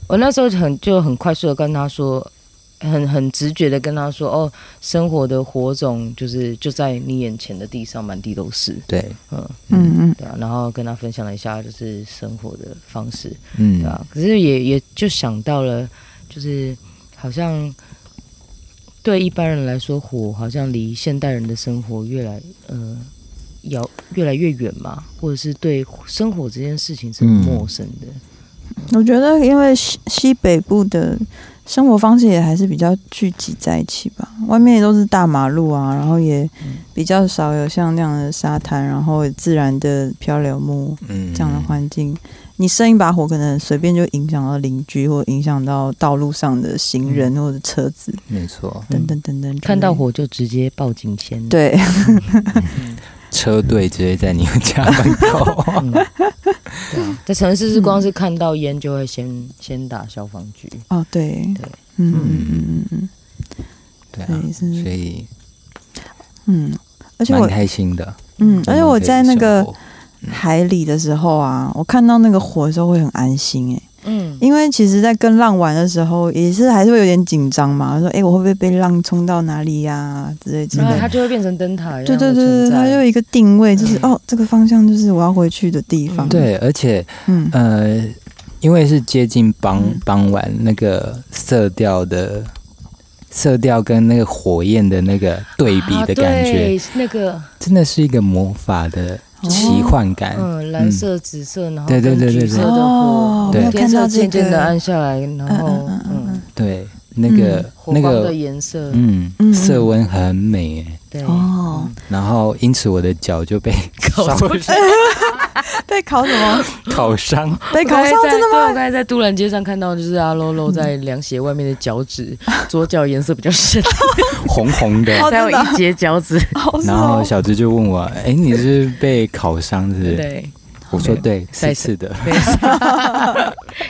Speaker 3: 我那时候很就很快速的跟他说，很很直觉的跟他说，哦，生活的火种就是就在你眼前的地上，满地都是，
Speaker 1: 对，
Speaker 3: 嗯，
Speaker 2: 嗯嗯，
Speaker 3: 对啊，然后跟他分享了一下就是生活的方式，
Speaker 1: 嗯
Speaker 3: 对，啊，可是也也就想到了，就是好像对一般人来说，火好像离现代人的生活越来呃遥越来越远嘛，或者是对生活这件事情是很
Speaker 1: 嗯
Speaker 3: 陌生的。
Speaker 2: 我觉得因为西西北部的生活方式也还是比较聚集在一起吧。外面都是大马路啊，然后也比较少有像那样的沙滩，然后也自然的漂流木
Speaker 1: 嗯，
Speaker 2: 这样的环境。你生一把火，可能随便就影响到邻居，或影响到道路上的行人或者车子
Speaker 1: 没错，
Speaker 2: 等等等等。
Speaker 3: 看到，火就直接报警先。 [LAUGHS]
Speaker 2: 对，
Speaker 1: 车队直接在你们家门
Speaker 2: [LAUGHS]
Speaker 1: 口。
Speaker 3: 嗯，对啊，在城市是光是看到烟就会先先打消防局。
Speaker 2: 哦对，嗯
Speaker 3: 对
Speaker 2: 嗯嗯嗯
Speaker 1: 对啊，
Speaker 2: 嗯，对，
Speaker 1: 所
Speaker 2: 是
Speaker 1: 以
Speaker 2: 嗯，而且
Speaker 1: 蛮
Speaker 2: 我
Speaker 1: 开心的。
Speaker 2: 嗯，而且我在那
Speaker 1: 生
Speaker 2: 个
Speaker 1: 活嗯
Speaker 2: 海里的时候啊，我看到那个火的时候会很安心哎、
Speaker 3: 嗯，
Speaker 2: 因为其实，在跟浪玩的时候，也是还是会有点紧张嘛，说哎、诶我会不会被浪冲到哪里呀、之类之类
Speaker 3: 然后
Speaker 2: 的。
Speaker 3: 它就会变成灯塔一
Speaker 2: 对
Speaker 3: 样
Speaker 2: 对
Speaker 3: 的
Speaker 2: 对对，
Speaker 3: 存
Speaker 2: 它就有
Speaker 3: 在。
Speaker 2: 一个定位，就是、
Speaker 3: 嗯
Speaker 2: 哦，这个方向就是我要回去的地方。
Speaker 3: 嗯
Speaker 1: 对，而且
Speaker 2: 嗯，
Speaker 1: 呃，因为是接近傍
Speaker 2: 嗯
Speaker 1: 傍晚，那个色调的色调跟那个火焰的那个对比的感觉，
Speaker 3: 啊对那个
Speaker 1: 真的是一个魔法的
Speaker 2: 哦
Speaker 1: 奇幻感。
Speaker 3: 嗯，蓝色、紫色，然后
Speaker 1: 对对对
Speaker 3: 跟
Speaker 1: 对
Speaker 3: 橘
Speaker 1: 对
Speaker 3: 色的
Speaker 2: 哦
Speaker 3: 火，
Speaker 1: 对
Speaker 2: 我有
Speaker 3: 天
Speaker 2: 看到
Speaker 3: 色
Speaker 2: 这个
Speaker 3: 渐渐的暗下来，然后
Speaker 2: 嗯嗯嗯嗯
Speaker 3: 嗯，
Speaker 1: 对，那个、
Speaker 3: 火
Speaker 1: 那
Speaker 3: 光
Speaker 1: 个
Speaker 3: 的颜色，
Speaker 1: 嗯
Speaker 2: 嗯，嗯
Speaker 1: 色温很美耶
Speaker 3: 对，
Speaker 2: [LAUGHS] 哦，
Speaker 1: 然后因此我的脚就被烧
Speaker 2: 被烤什么？
Speaker 1: [LAUGHS] 烤伤，
Speaker 2: 被
Speaker 3: 我刚
Speaker 2: 烤
Speaker 3: 才
Speaker 2: 伤？
Speaker 3: 在
Speaker 2: 真的
Speaker 3: 对，我
Speaker 2: 吗
Speaker 3: 刚？
Speaker 2: 嗯
Speaker 3: 才在杜兰街上看到，就是阿露露在凉鞋外面的脚
Speaker 2: [LAUGHS]
Speaker 3: 趾，左脚颜色比较深，
Speaker 1: 红红的。
Speaker 2: 哦
Speaker 3: 还有
Speaker 2: 真的啊
Speaker 3: 一截脚趾。
Speaker 2: 好
Speaker 1: 然后
Speaker 2: 爽！哦
Speaker 1: 小芝就问我：“哎、你是被烤伤是不是？”
Speaker 3: 对，
Speaker 1: 我说：“对，是
Speaker 3: 在
Speaker 1: 是的。
Speaker 3: 没事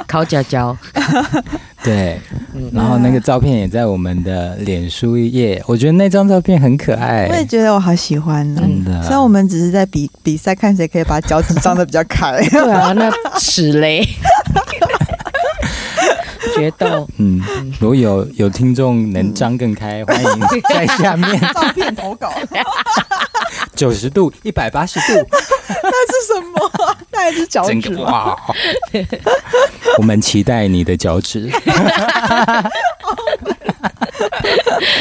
Speaker 3: 烤脚脚，”
Speaker 1: 对，
Speaker 3: 嗯
Speaker 1: 然后那个照片也在我们的脸书页，我觉得那张照片很可
Speaker 2: 我也
Speaker 1: 爱，
Speaker 2: 觉得我好喜欢呢、
Speaker 1: 真
Speaker 2: 虽然我
Speaker 1: 的。
Speaker 2: 们只是在比比赛，看谁可以把脚趾张的比较
Speaker 3: [LAUGHS]
Speaker 2: 开。
Speaker 3: 对啊，那齿
Speaker 2: [LAUGHS]
Speaker 3: 雷决斗，
Speaker 1: 嗯，如果有有听众能张更开，欢迎在下 [LAUGHS] 面
Speaker 2: 照片投
Speaker 3: [LAUGHS]
Speaker 2: 稿，
Speaker 1: 九十度、一百八十 [LAUGHS] 度，
Speaker 2: 那是什么啊？那一只脚
Speaker 1: 整
Speaker 2: 趾
Speaker 1: 个
Speaker 2: 吗？
Speaker 1: [LAUGHS] 哇！我们期待你的脚趾，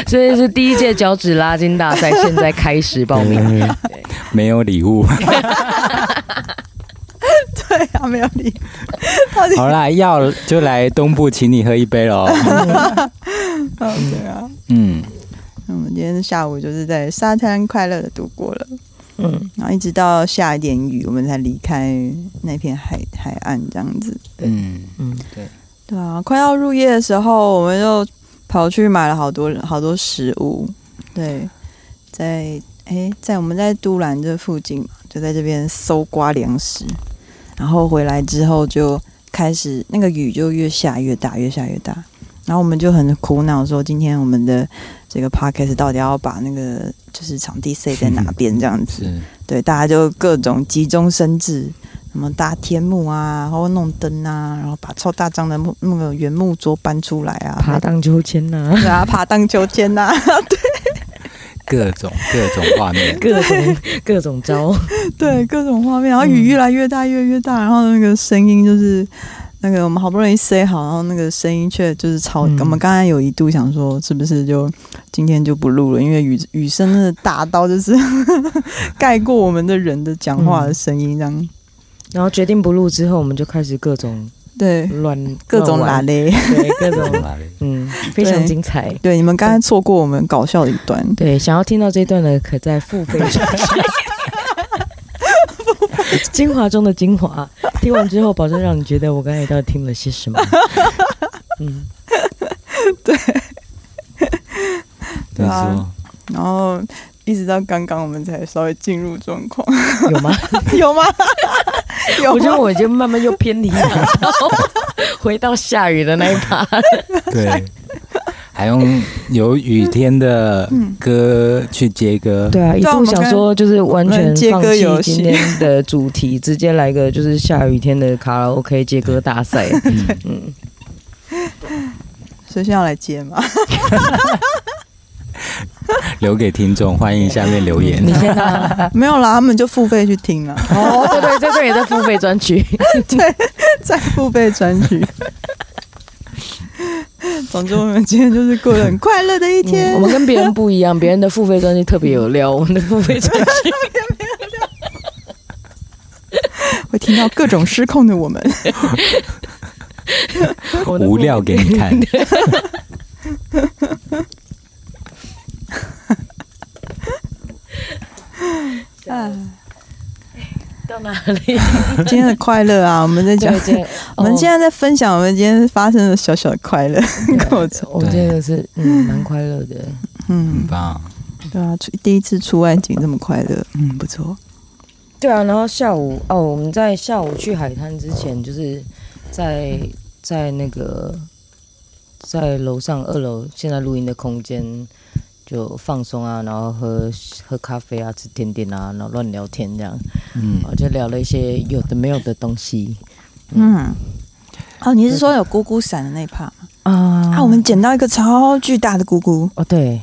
Speaker 3: 所以是第一届脚趾拉筋大赛，现在开始报名。
Speaker 1: 嗯没有礼
Speaker 3: [LAUGHS]
Speaker 1: 物。
Speaker 2: [LAUGHS] 对啊，没有理。到底
Speaker 1: 好啦，要就来东部，请你喝一杯
Speaker 3: [LAUGHS]
Speaker 1: 喽。
Speaker 2: 哦，对啊，
Speaker 1: 嗯，
Speaker 2: 那我们今天的下午就是在沙滩快乐的度过了，
Speaker 3: 嗯，
Speaker 2: 然后一直到下一点雨，我们才离开那片海海岸这样子。
Speaker 1: 嗯，
Speaker 2: 对啊，快要入夜的时候，我们就跑去买了好多好多食物。对，在哎，在我们在都兰这附近嘛，就在这边搜刮粮食，然后回来之后就开始那个雨就越下越大，越下越大。然后我们就很苦恼说，今天我们的这个 podcast 到底要把那个就是场地塞在哪边这样子？
Speaker 1: 是，
Speaker 2: 对，大家就各种急中生智，什么搭天幕啊，然后弄灯啊，然后把超大张的木那个原木桌搬出来啊，
Speaker 3: 爬荡秋千呐、
Speaker 2: 对啊，爬荡秋
Speaker 3: [LAUGHS]
Speaker 2: 千呐、
Speaker 1: 各种各种画面，
Speaker 3: [LAUGHS] 各种各种招，
Speaker 2: 对，各种画面，然后
Speaker 3: 嗯
Speaker 2: 雨越来越大，越来越大，然后那个声音就是。那个我们好不容易塞好，然后那个声音却就是超。
Speaker 3: 嗯
Speaker 2: 我们刚才有一度想说，是不是就今天就不录了？因为雨雨声真的大到就是 [LAUGHS] 盖过我们的人的讲话的声音，这样、
Speaker 3: 然后决定不录之后，我们就开始各种
Speaker 2: 对
Speaker 3: 乱
Speaker 2: 各
Speaker 3: 乱
Speaker 2: 种拉
Speaker 3: 玩
Speaker 2: 嘞。
Speaker 3: 对
Speaker 1: 各
Speaker 3: 各
Speaker 1: 种
Speaker 3: 种
Speaker 1: 画面
Speaker 2: [LAUGHS]
Speaker 3: 嗯，非常精彩。
Speaker 2: 对，你们刚才错过我们搞笑的一段，
Speaker 3: 对，想要听到这段的，可在付费收听精华中的精华，听完之后，保证让你觉得我刚才到底听了些什 [LAUGHS] 么。嗯，
Speaker 1: 没
Speaker 2: 对啊
Speaker 1: 错。
Speaker 2: 然后一直到刚刚我们才稍微进入状况，
Speaker 3: [LAUGHS] 有吗？[LAUGHS]
Speaker 2: 有吗？有
Speaker 3: 我觉得
Speaker 2: 吗？
Speaker 3: 我已经慢慢又偏离了， [LAUGHS] 然后回到下雨的那一趴。啊
Speaker 1: 对，还用有雨天的歌去接歌，
Speaker 3: 对啊，一
Speaker 2: 对啊我
Speaker 3: 度
Speaker 2: 们
Speaker 3: 想说就是完
Speaker 2: 我
Speaker 3: 全
Speaker 2: 们接
Speaker 3: 放
Speaker 2: 歌
Speaker 3: 弃
Speaker 2: 游戏
Speaker 3: 今天的主
Speaker 2: [LAUGHS]
Speaker 3: 题，直接来个就是下雨天的卡拉 OK 接歌大
Speaker 2: [LAUGHS]
Speaker 3: 赛。嗯，
Speaker 2: 所以现在要来接吗？
Speaker 1: 留给听众，欢迎下面留言。
Speaker 3: 你先啊。
Speaker 2: 没有啦，他们就付费去听
Speaker 3: [LAUGHS]
Speaker 2: 了，
Speaker 3: 哦，对对，这段也在付费专区。
Speaker 2: 再付费专区。 [LAUGHS] 总之，我们今天就是过得很快乐的一 [LAUGHS] 天。
Speaker 3: 嗯我们跟别人不一样，别人的付费专辑特别有料，我们的付费专辑
Speaker 2: 会听到各
Speaker 3: [LAUGHS]
Speaker 2: 种失控的我们。
Speaker 3: 我们的付 [LAUGHS]
Speaker 1: 无料给你看，
Speaker 3: 哪里？
Speaker 2: 今天的快乐啊，我们在讲
Speaker 3: 对，对，
Speaker 2: [LAUGHS] 我们现
Speaker 3: 在
Speaker 2: 在在分享我们今天发生的小小的快乐， [LAUGHS] 跟我
Speaker 3: 哦我觉得是嗯蛮快乐的，
Speaker 2: 嗯
Speaker 1: 很，棒。
Speaker 2: 对啊，出第一次出外景这么快乐，嗯，不错。
Speaker 3: 对啊，然后下午哦，我们在下午去海滩之前，就是在在那个在楼上二楼现在录音的空间就放松啊，然后喝喝咖啡啊，吃甜点啊，然后乱聊天这样，
Speaker 1: 嗯，
Speaker 3: 我就聊了一些有的没有的东西
Speaker 2: 嗯，哦，你是说有咕咕伞的那一趴吗？
Speaker 3: 啊
Speaker 2: 啊，我们捡到一个超巨大的咕咕，
Speaker 3: 哦对，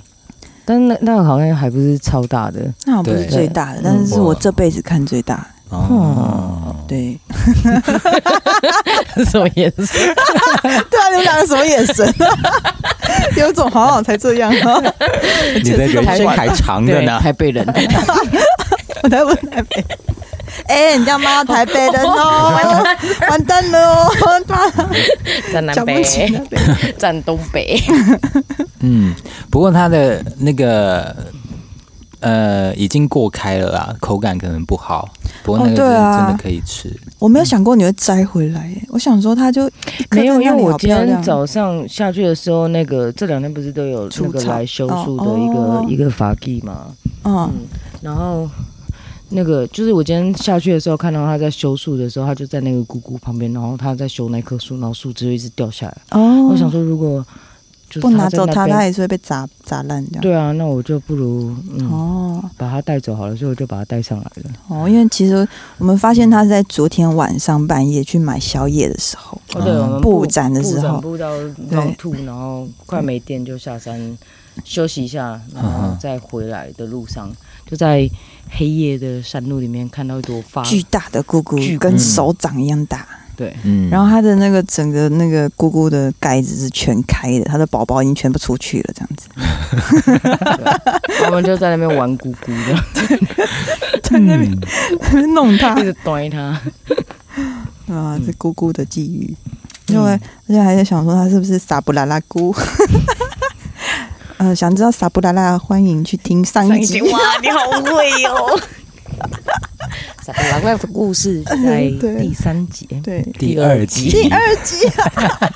Speaker 3: 但那那个好像还不是超大的，
Speaker 2: [LAUGHS] 那我不是
Speaker 1: 对
Speaker 2: 最大的，但
Speaker 3: 嗯
Speaker 2: 是是我这辈子看最大的。
Speaker 1: 哦，
Speaker 2: 对，
Speaker 3: 什么颜色？
Speaker 2: [LAUGHS] 对啊，你们两个什么眼神 [LAUGHS] 啊？有种好好才这样啊！ [LAUGHS]
Speaker 1: 你的人生还长着
Speaker 3: 对，
Speaker 1: 呢。
Speaker 3: 台北人，
Speaker 2: 我才问台北。哎、你这样骂到台北人哦， [LAUGHS] 完蛋了哦，妈
Speaker 3: 在南
Speaker 2: 讲不
Speaker 3: 北，
Speaker 2: 起台北。
Speaker 3: [LAUGHS] 占东北。
Speaker 1: 嗯，不过它的那个呃已经过开了啦，口感可能不好。不过那个
Speaker 2: 哦
Speaker 1: 是真
Speaker 2: 对啊
Speaker 1: 的可以吃。
Speaker 2: 我没有想过你会摘回来耶，我想说它就一颗
Speaker 3: 没有，
Speaker 2: 在
Speaker 3: 因
Speaker 2: 那
Speaker 3: 为
Speaker 2: 里
Speaker 3: 我
Speaker 2: 好
Speaker 3: 今
Speaker 2: 漂
Speaker 3: 天
Speaker 2: 亮嗯
Speaker 3: 早上下去的时候，那个这两天不是都有那
Speaker 2: 除
Speaker 3: 个
Speaker 2: 草
Speaker 3: 来修树的一个、
Speaker 2: 哦哦
Speaker 3: 一个法器嘛，
Speaker 2: 嗯
Speaker 3: 然后那个就是我今天下去的时候看到他在修树的时候，他就在那个姑姑旁边，然后他在修那棵树，然后树枝就一直掉下来。
Speaker 2: 哦，
Speaker 3: 嗯我想说，如果就是
Speaker 2: 不拿走
Speaker 3: 它
Speaker 2: 它，
Speaker 3: 在那
Speaker 2: 它
Speaker 3: 边，
Speaker 2: 也是会被砸砸烂这样。
Speaker 3: 对啊，那我就不如嗯、
Speaker 2: 哦
Speaker 3: 把它带走好了，所以我就把它带上来了。
Speaker 2: 哦，因为其实我们发现它是在昨天晚上半夜去买宵夜的时候，
Speaker 3: 哦，对，我们
Speaker 2: 嗯布展的时候
Speaker 3: 布展布到
Speaker 2: 对
Speaker 3: 刚吐，然后快没电就下山休息一下，然后再回来的路上，就在黑夜的山路里面看到一朵花，
Speaker 2: 巨大的咕咕
Speaker 3: 啊巨
Speaker 2: 跟
Speaker 1: 咕
Speaker 2: 手掌一样大，
Speaker 3: 对，
Speaker 1: 嗯，
Speaker 2: 然后它的那个整个那个咕咕的盖子是全开的，它的宝宝已经全部出去了这样
Speaker 3: [LAUGHS]
Speaker 2: 子，
Speaker 3: 我们就在那边玩咕咕
Speaker 2: [LAUGHS]
Speaker 3: 的，
Speaker 2: 嗯在那边弄它
Speaker 3: [LAUGHS] 一，直端它，
Speaker 2: 啊，这咕咕的际遇。因
Speaker 3: 嗯
Speaker 2: 为而且还在想说他是不是傻布拉拉姑。 [LAUGHS] 呃，想知道傻布拉拉，欢迎去听上
Speaker 3: 上
Speaker 2: 一
Speaker 3: 一集。
Speaker 2: 集
Speaker 3: 哇，你好会哦。傻布拉怪的故事
Speaker 2: [LAUGHS]
Speaker 3: 在第三集，
Speaker 2: [LAUGHS] 对，
Speaker 1: 第二集，
Speaker 2: 第二集、
Speaker 3: [LAUGHS]
Speaker 2: 啊，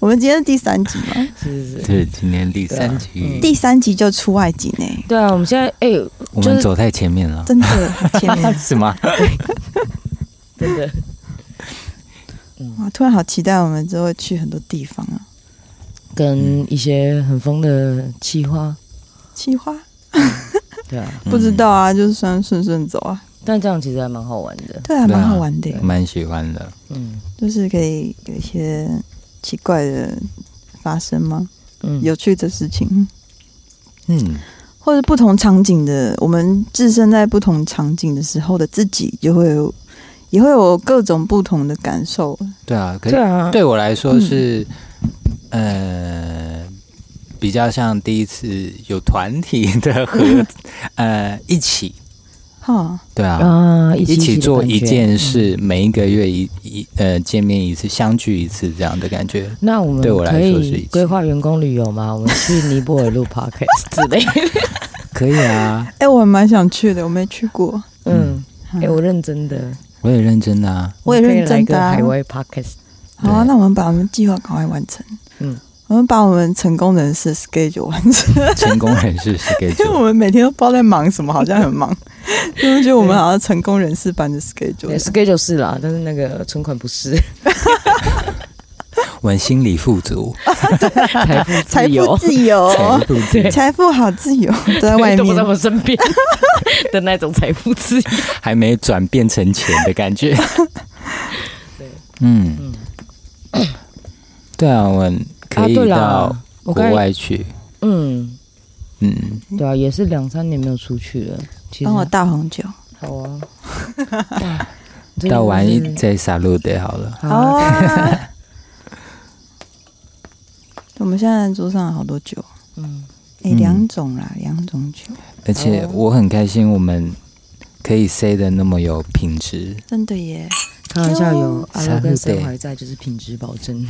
Speaker 2: 我们今天是第三集嘛，
Speaker 3: 是是是，
Speaker 1: 对，今天第三集，
Speaker 2: 第三集就出外景呢、欸
Speaker 3: 对啊，我们现在哎，
Speaker 1: 我
Speaker 3: 就
Speaker 1: 们
Speaker 3: 是
Speaker 1: 走太前面了，
Speaker 2: 真的前
Speaker 3: [LAUGHS]
Speaker 2: 面
Speaker 1: [LAUGHS] 是吗？
Speaker 3: 真的
Speaker 2: 哇，突然好期待我们之后去很多地方啊，
Speaker 3: 跟一些很疯的企划，
Speaker 2: 计划
Speaker 3: 对啊，
Speaker 2: 不知道啊，就是算顺顺走啊，
Speaker 3: 但这样其实还蛮好玩的，
Speaker 2: 对啊，
Speaker 1: 对啊
Speaker 2: 蛮好玩的、
Speaker 1: 嗯，蛮喜欢的。
Speaker 3: 嗯
Speaker 2: 就是可以有一些奇怪的发生吗？
Speaker 3: 嗯，
Speaker 2: 有趣的事情。
Speaker 1: 嗯，
Speaker 2: 或者不同场景的，我们置身在不同场景的时候的自己，就会有也会有各种不同的感受。
Speaker 1: 对啊，可
Speaker 3: 对
Speaker 1: 是
Speaker 3: 啊，
Speaker 1: 对我来说是，
Speaker 2: 嗯
Speaker 1: 呃，比较像第一次有团体的
Speaker 2: [LAUGHS]
Speaker 1: 和呃一起，
Speaker 2: 哈，
Speaker 1: 对啊，
Speaker 3: 啊，一
Speaker 1: 一
Speaker 3: 起
Speaker 1: 起做
Speaker 3: 的感
Speaker 1: 一
Speaker 3: 觉嗯
Speaker 1: 件。事，每一个月一一呃见面一次，相聚一次这样的感觉。
Speaker 3: 那我们
Speaker 1: 对我来
Speaker 3: 可
Speaker 1: 说是一
Speaker 3: 以
Speaker 1: 起
Speaker 3: 规划员工旅游吗？我们去尼泊尔录 podcast 之类的。
Speaker 1: 可以啊，
Speaker 2: 哎、我还蛮想去的，我没去过。
Speaker 3: 嗯，
Speaker 2: 嗯
Speaker 3: 哎、我认真的，
Speaker 1: 我也认真的
Speaker 3: [LAUGHS]
Speaker 1: 啊，
Speaker 2: 我也
Speaker 3: 们可以
Speaker 2: 认真的啊
Speaker 3: 来个海外 podcast。
Speaker 2: 好啊，
Speaker 1: 对
Speaker 2: 那我们把我们计划赶快完成。嗯
Speaker 3: 嗯，
Speaker 2: 我们把我们成功人士的 schedule 完成， [LAUGHS]
Speaker 1: 成功人士是给
Speaker 3: [LAUGHS]
Speaker 2: 因为我
Speaker 1: 做。
Speaker 2: 们每天都不知道在忙什么，好像很忙。 [LAUGHS] 因为觉得我们好像成功人士般的 schedule
Speaker 3: 对。schedule 是啦，但是那个存款不是
Speaker 1: 我们心理富足，
Speaker 3: 财富
Speaker 2: 财
Speaker 3: 自
Speaker 2: 富
Speaker 3: 由，
Speaker 2: 自由，
Speaker 1: 财富自由，
Speaker 2: [LAUGHS] 财富好自由，都在
Speaker 3: [LAUGHS]
Speaker 2: 外
Speaker 3: 都不在
Speaker 2: 面。
Speaker 3: 我身边的那种财富自由。
Speaker 1: 还没转变成钱的感觉。
Speaker 3: [LAUGHS] 对，
Speaker 1: 嗯， [CLEARS THROAT] 对啊，我们
Speaker 3: 啊，
Speaker 1: 可以
Speaker 3: 对
Speaker 1: 到
Speaker 3: 啦，我
Speaker 1: 国
Speaker 3: 刚才
Speaker 1: 外去。
Speaker 3: 嗯，
Speaker 1: 嗯，
Speaker 3: 对啊，也是两三年没有出去了。其实
Speaker 2: 帮我大红酒。
Speaker 3: 好啊，哇真的
Speaker 1: 到晚一
Speaker 3: 是
Speaker 1: 再撒路得好了。
Speaker 3: 好啊
Speaker 2: 好啊！我们现在桌上好多酒，
Speaker 3: 嗯，
Speaker 2: 哎、
Speaker 1: 嗯
Speaker 2: 两种啦，两种酒，
Speaker 1: 而且
Speaker 3: 哦
Speaker 1: 我很开心，我们可以 say 的那么有品质。
Speaker 2: 真的耶！
Speaker 3: 开玩笑，有阿
Speaker 1: 三
Speaker 3: 乐
Speaker 1: 户
Speaker 3: 跟森
Speaker 1: 对
Speaker 3: 还在，就是品质保 [LAUGHS] 证。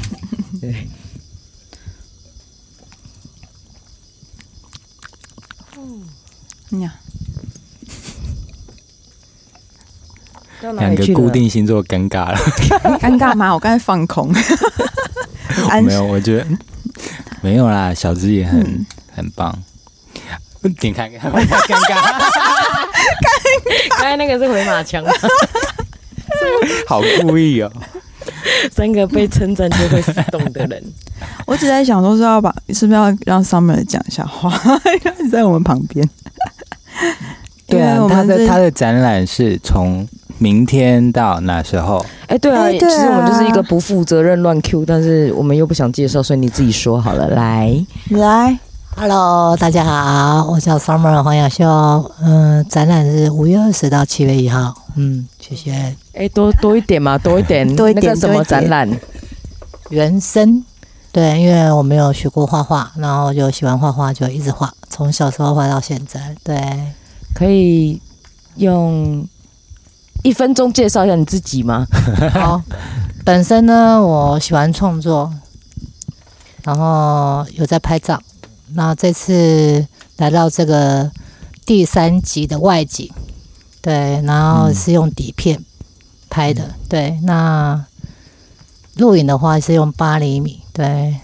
Speaker 3: 对，
Speaker 2: 哎嗯呀，
Speaker 3: 到哪
Speaker 1: 两
Speaker 3: 里
Speaker 1: 个
Speaker 3: 去了
Speaker 1: 固定星座尴尬了。
Speaker 2: 尴尬吗？我刚才放空， [LAUGHS]
Speaker 1: [LAUGHS]
Speaker 2: 安
Speaker 1: 没有，我觉得嗯没有啦，小芝也很、很棒。你看，看尴 [LAUGHS] 尬，
Speaker 3: 刚才那个是回马枪吗，
Speaker 1: 好故意哦。
Speaker 3: [LAUGHS] 三个被称赞就会死动的人，
Speaker 2: 我只在想，说是要把是不是要让 Summer 讲一下话， [LAUGHS] 你在我们旁边。
Speaker 1: 对
Speaker 2: 因
Speaker 1: 啊
Speaker 2: 为我，
Speaker 1: 他
Speaker 2: 们
Speaker 1: 的
Speaker 2: 是
Speaker 1: 他的展览是从明天到哪时候？
Speaker 3: [LAUGHS] 哎、对啊，
Speaker 2: 哎
Speaker 3: 其
Speaker 2: 对啊
Speaker 3: 实我们就是一个不负责任乱 Q，但是我们又不想介绍，所以你自己说好了，来，
Speaker 2: 来，
Speaker 4: Hello，大家好，我叫 Summer 黄雅秀。嗯，展览是五月二十到七月一号。嗯，谢谢。
Speaker 3: 哎、多多一点嘛， [LAUGHS] 多一点，
Speaker 4: 多一点
Speaker 3: 那个什么展览，
Speaker 4: 原生，对，因为我没有学过画画，然后就喜欢画画，就一直画，从小时候画到现在。对，
Speaker 3: 可以用一分钟介绍一下你自己吗？
Speaker 4: 好，本身呢，我喜欢创作，然后有在拍照。那这次来到这个第三集的外景，对，然后是用底片拍的，对。那录影的话是用八厘米，对，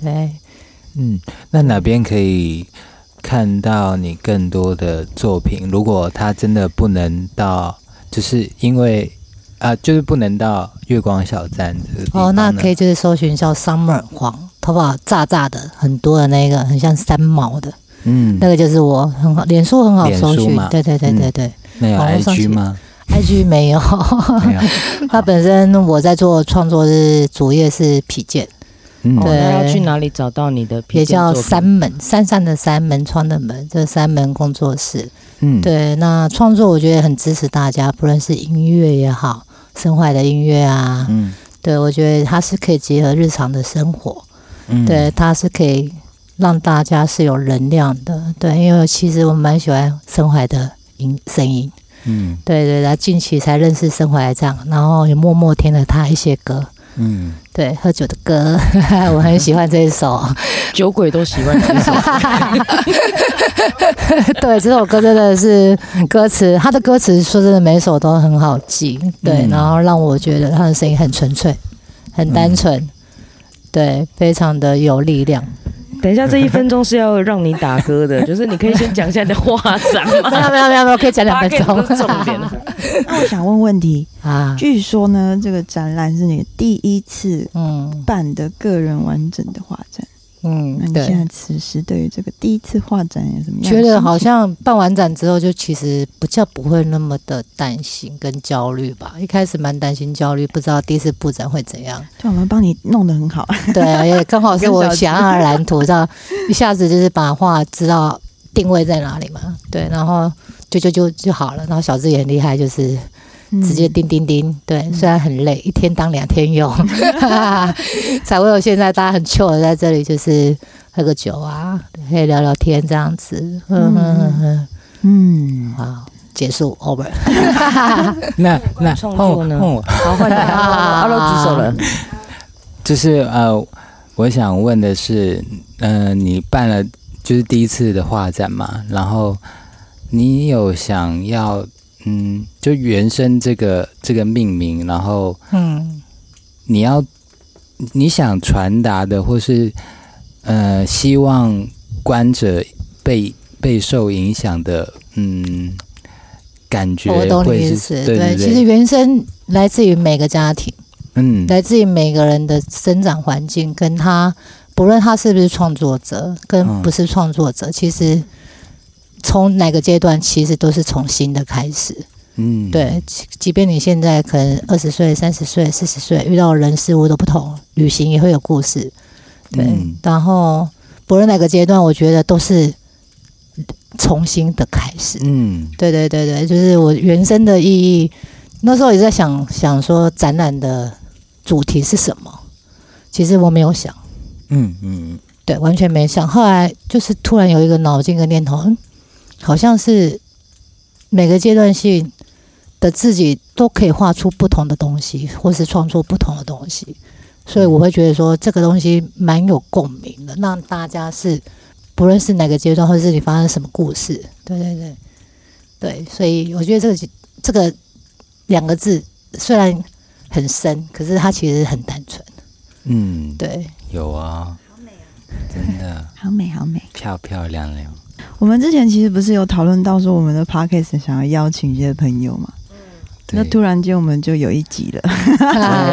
Speaker 4: 对。
Speaker 1: 嗯，那哪边可以看到你更多的作品？如果他真的不能到，就是因为啊、就是不能到月光小站这个地方
Speaker 4: 哦，那可
Speaker 1: 以
Speaker 4: 以就是搜寻叫 Summer 黄，头发炸炸的，很多的那个，很像三毛的，
Speaker 1: 嗯，
Speaker 4: 那个就是我很好，脸书很好
Speaker 1: 脸
Speaker 4: 搜
Speaker 1: 书
Speaker 4: 寻
Speaker 1: 嘛，
Speaker 4: 对对对对
Speaker 1: 嗯
Speaker 4: 对。
Speaker 1: 那有
Speaker 4: 网络上
Speaker 1: IG
Speaker 4: 去
Speaker 1: 吗？
Speaker 4: IG
Speaker 1: [LAUGHS]
Speaker 4: 没有，
Speaker 1: 没有，
Speaker 4: 他本身我在做创作是主业是皮件，
Speaker 3: 哦，
Speaker 1: 嗯，
Speaker 4: 对
Speaker 3: 那要去哪里找到你的
Speaker 4: 也
Speaker 3: 披肩
Speaker 4: 叫
Speaker 3: 作品？
Speaker 4: 三门，三扇的三门窗的门，这三门工作室。
Speaker 1: 嗯，
Speaker 4: 对，那创作我觉得很支持大家，不论是音乐也好，身怀的音乐啊，
Speaker 1: 嗯，
Speaker 4: 对我觉得它是可以结合日常的生活，
Speaker 1: 嗯，
Speaker 4: 对，它是可以让大家是有能量的。对，因为其实我蛮喜欢身怀的音声音。
Speaker 1: 嗯
Speaker 4: 对对，然后近期才认识生活来这样，然后也默默听了他一些歌，
Speaker 1: 嗯，
Speaker 4: 对，喝酒的歌， [LAUGHS] 我很喜欢这一首。 [LAUGHS]
Speaker 3: 酒鬼都喜欢这首，
Speaker 4: 对，这首歌真的是歌词，他的歌词说真的每一首都很好记，对，
Speaker 1: 嗯
Speaker 4: 然后让我觉得他的声音很纯粹，很单纯，对，非常的有力量。
Speaker 3: 等一下这一分钟是要让你打歌的，就是你可以先讲一下你的画展
Speaker 4: [LAUGHS]
Speaker 3: [LAUGHS]
Speaker 4: 没
Speaker 3: 嘛，
Speaker 4: 有没有没有没有，可以讲两分
Speaker 3: 八 K 不是重点啊
Speaker 4: 钟
Speaker 2: 那我想问问题，
Speaker 4: [LAUGHS] 啊，
Speaker 2: 据说呢，这个展览是你第一次
Speaker 4: 嗯
Speaker 2: 办的个人完整的画展，那
Speaker 4: 嗯，
Speaker 2: 你
Speaker 4: 对
Speaker 2: 现。在此时对于这个第一次画展有什么样的心
Speaker 4: 觉
Speaker 2: 情？
Speaker 4: 得好像办完展之后，就其实不叫不会那么的担心跟焦虑吧。一开始蛮担心焦虑，不知道第一次布展会怎样。 [LAUGHS]
Speaker 2: 对，我们帮你弄得很好，
Speaker 4: 对，啊也刚好是
Speaker 2: 跟
Speaker 4: 我
Speaker 2: 小
Speaker 4: 想要的蓝图，这样一下子就是把画知道定位在哪里嘛。对，然后就就就就好了。然后小智也很厉害，就是
Speaker 2: 嗯
Speaker 4: [LAUGHS] 直接叮叮叮。对，虽然很累，一天当两天
Speaker 2: [LAUGHS]
Speaker 4: 用，才会有现在大家很 chill 的在这里，就是喝个酒啊，可以聊聊天这样子。嗯嗯嗯嗯。
Speaker 2: 嗯，
Speaker 4: 好，结束，over。
Speaker 1: 那那
Speaker 3: 创作呢
Speaker 1: 换我换我
Speaker 3: 好，换你阿乐阿乐举手了，
Speaker 1: 就是呃，我想问的是，呃，你办了就是第一次的画展嘛，然后你有想要嗯，就原生这个这个命名，然后
Speaker 4: 嗯
Speaker 1: 你要你想传达的，或是呃，希望观者被备受影响的，嗯，感觉
Speaker 4: 我懂
Speaker 1: 会
Speaker 4: 你意
Speaker 1: 是
Speaker 4: 思。
Speaker 1: 对对
Speaker 4: 其实原生来自于每个家庭，
Speaker 1: 嗯
Speaker 4: 来自于每个人的生长环境，跟他不论他是不是创作者，跟
Speaker 1: 嗯
Speaker 4: 不是创作者，其实从哪个阶段，其实都是从新的开始。
Speaker 1: 嗯，
Speaker 4: 对，即即便你现在可能二十岁、三十岁、四十岁，遇到的人事物都不同，旅行也会有故事。对，
Speaker 1: 嗯
Speaker 4: 然后不论哪个阶段，我觉得都是重新的开始。
Speaker 1: 嗯
Speaker 4: 对对对对，就是我原生的意义。那时候也在想想说展览的主题是什么，其实我没有想，
Speaker 1: 嗯嗯
Speaker 4: 对，完全没想。后来就是突然有一个脑筋跟念头，嗯，好像是每个阶段性的自己都可以画出不同的东西，或是创作不同的东西，所以我会觉得说这个东西蛮有共鸣的，让大家是不论是哪个阶段，或者是你发生什么故事，对对对对，所以我觉得这个这个两个字虽然很深，可是它其实很单纯。
Speaker 1: 嗯，
Speaker 4: 对，
Speaker 1: 有啊，真的
Speaker 2: 好美好美。
Speaker 1: 漂漂亮亮。
Speaker 2: 我们之前其实不是有讨论到说我们的 podcast 想要邀请一些朋友嘛？
Speaker 1: 对
Speaker 2: 那突然间我们就有一集了，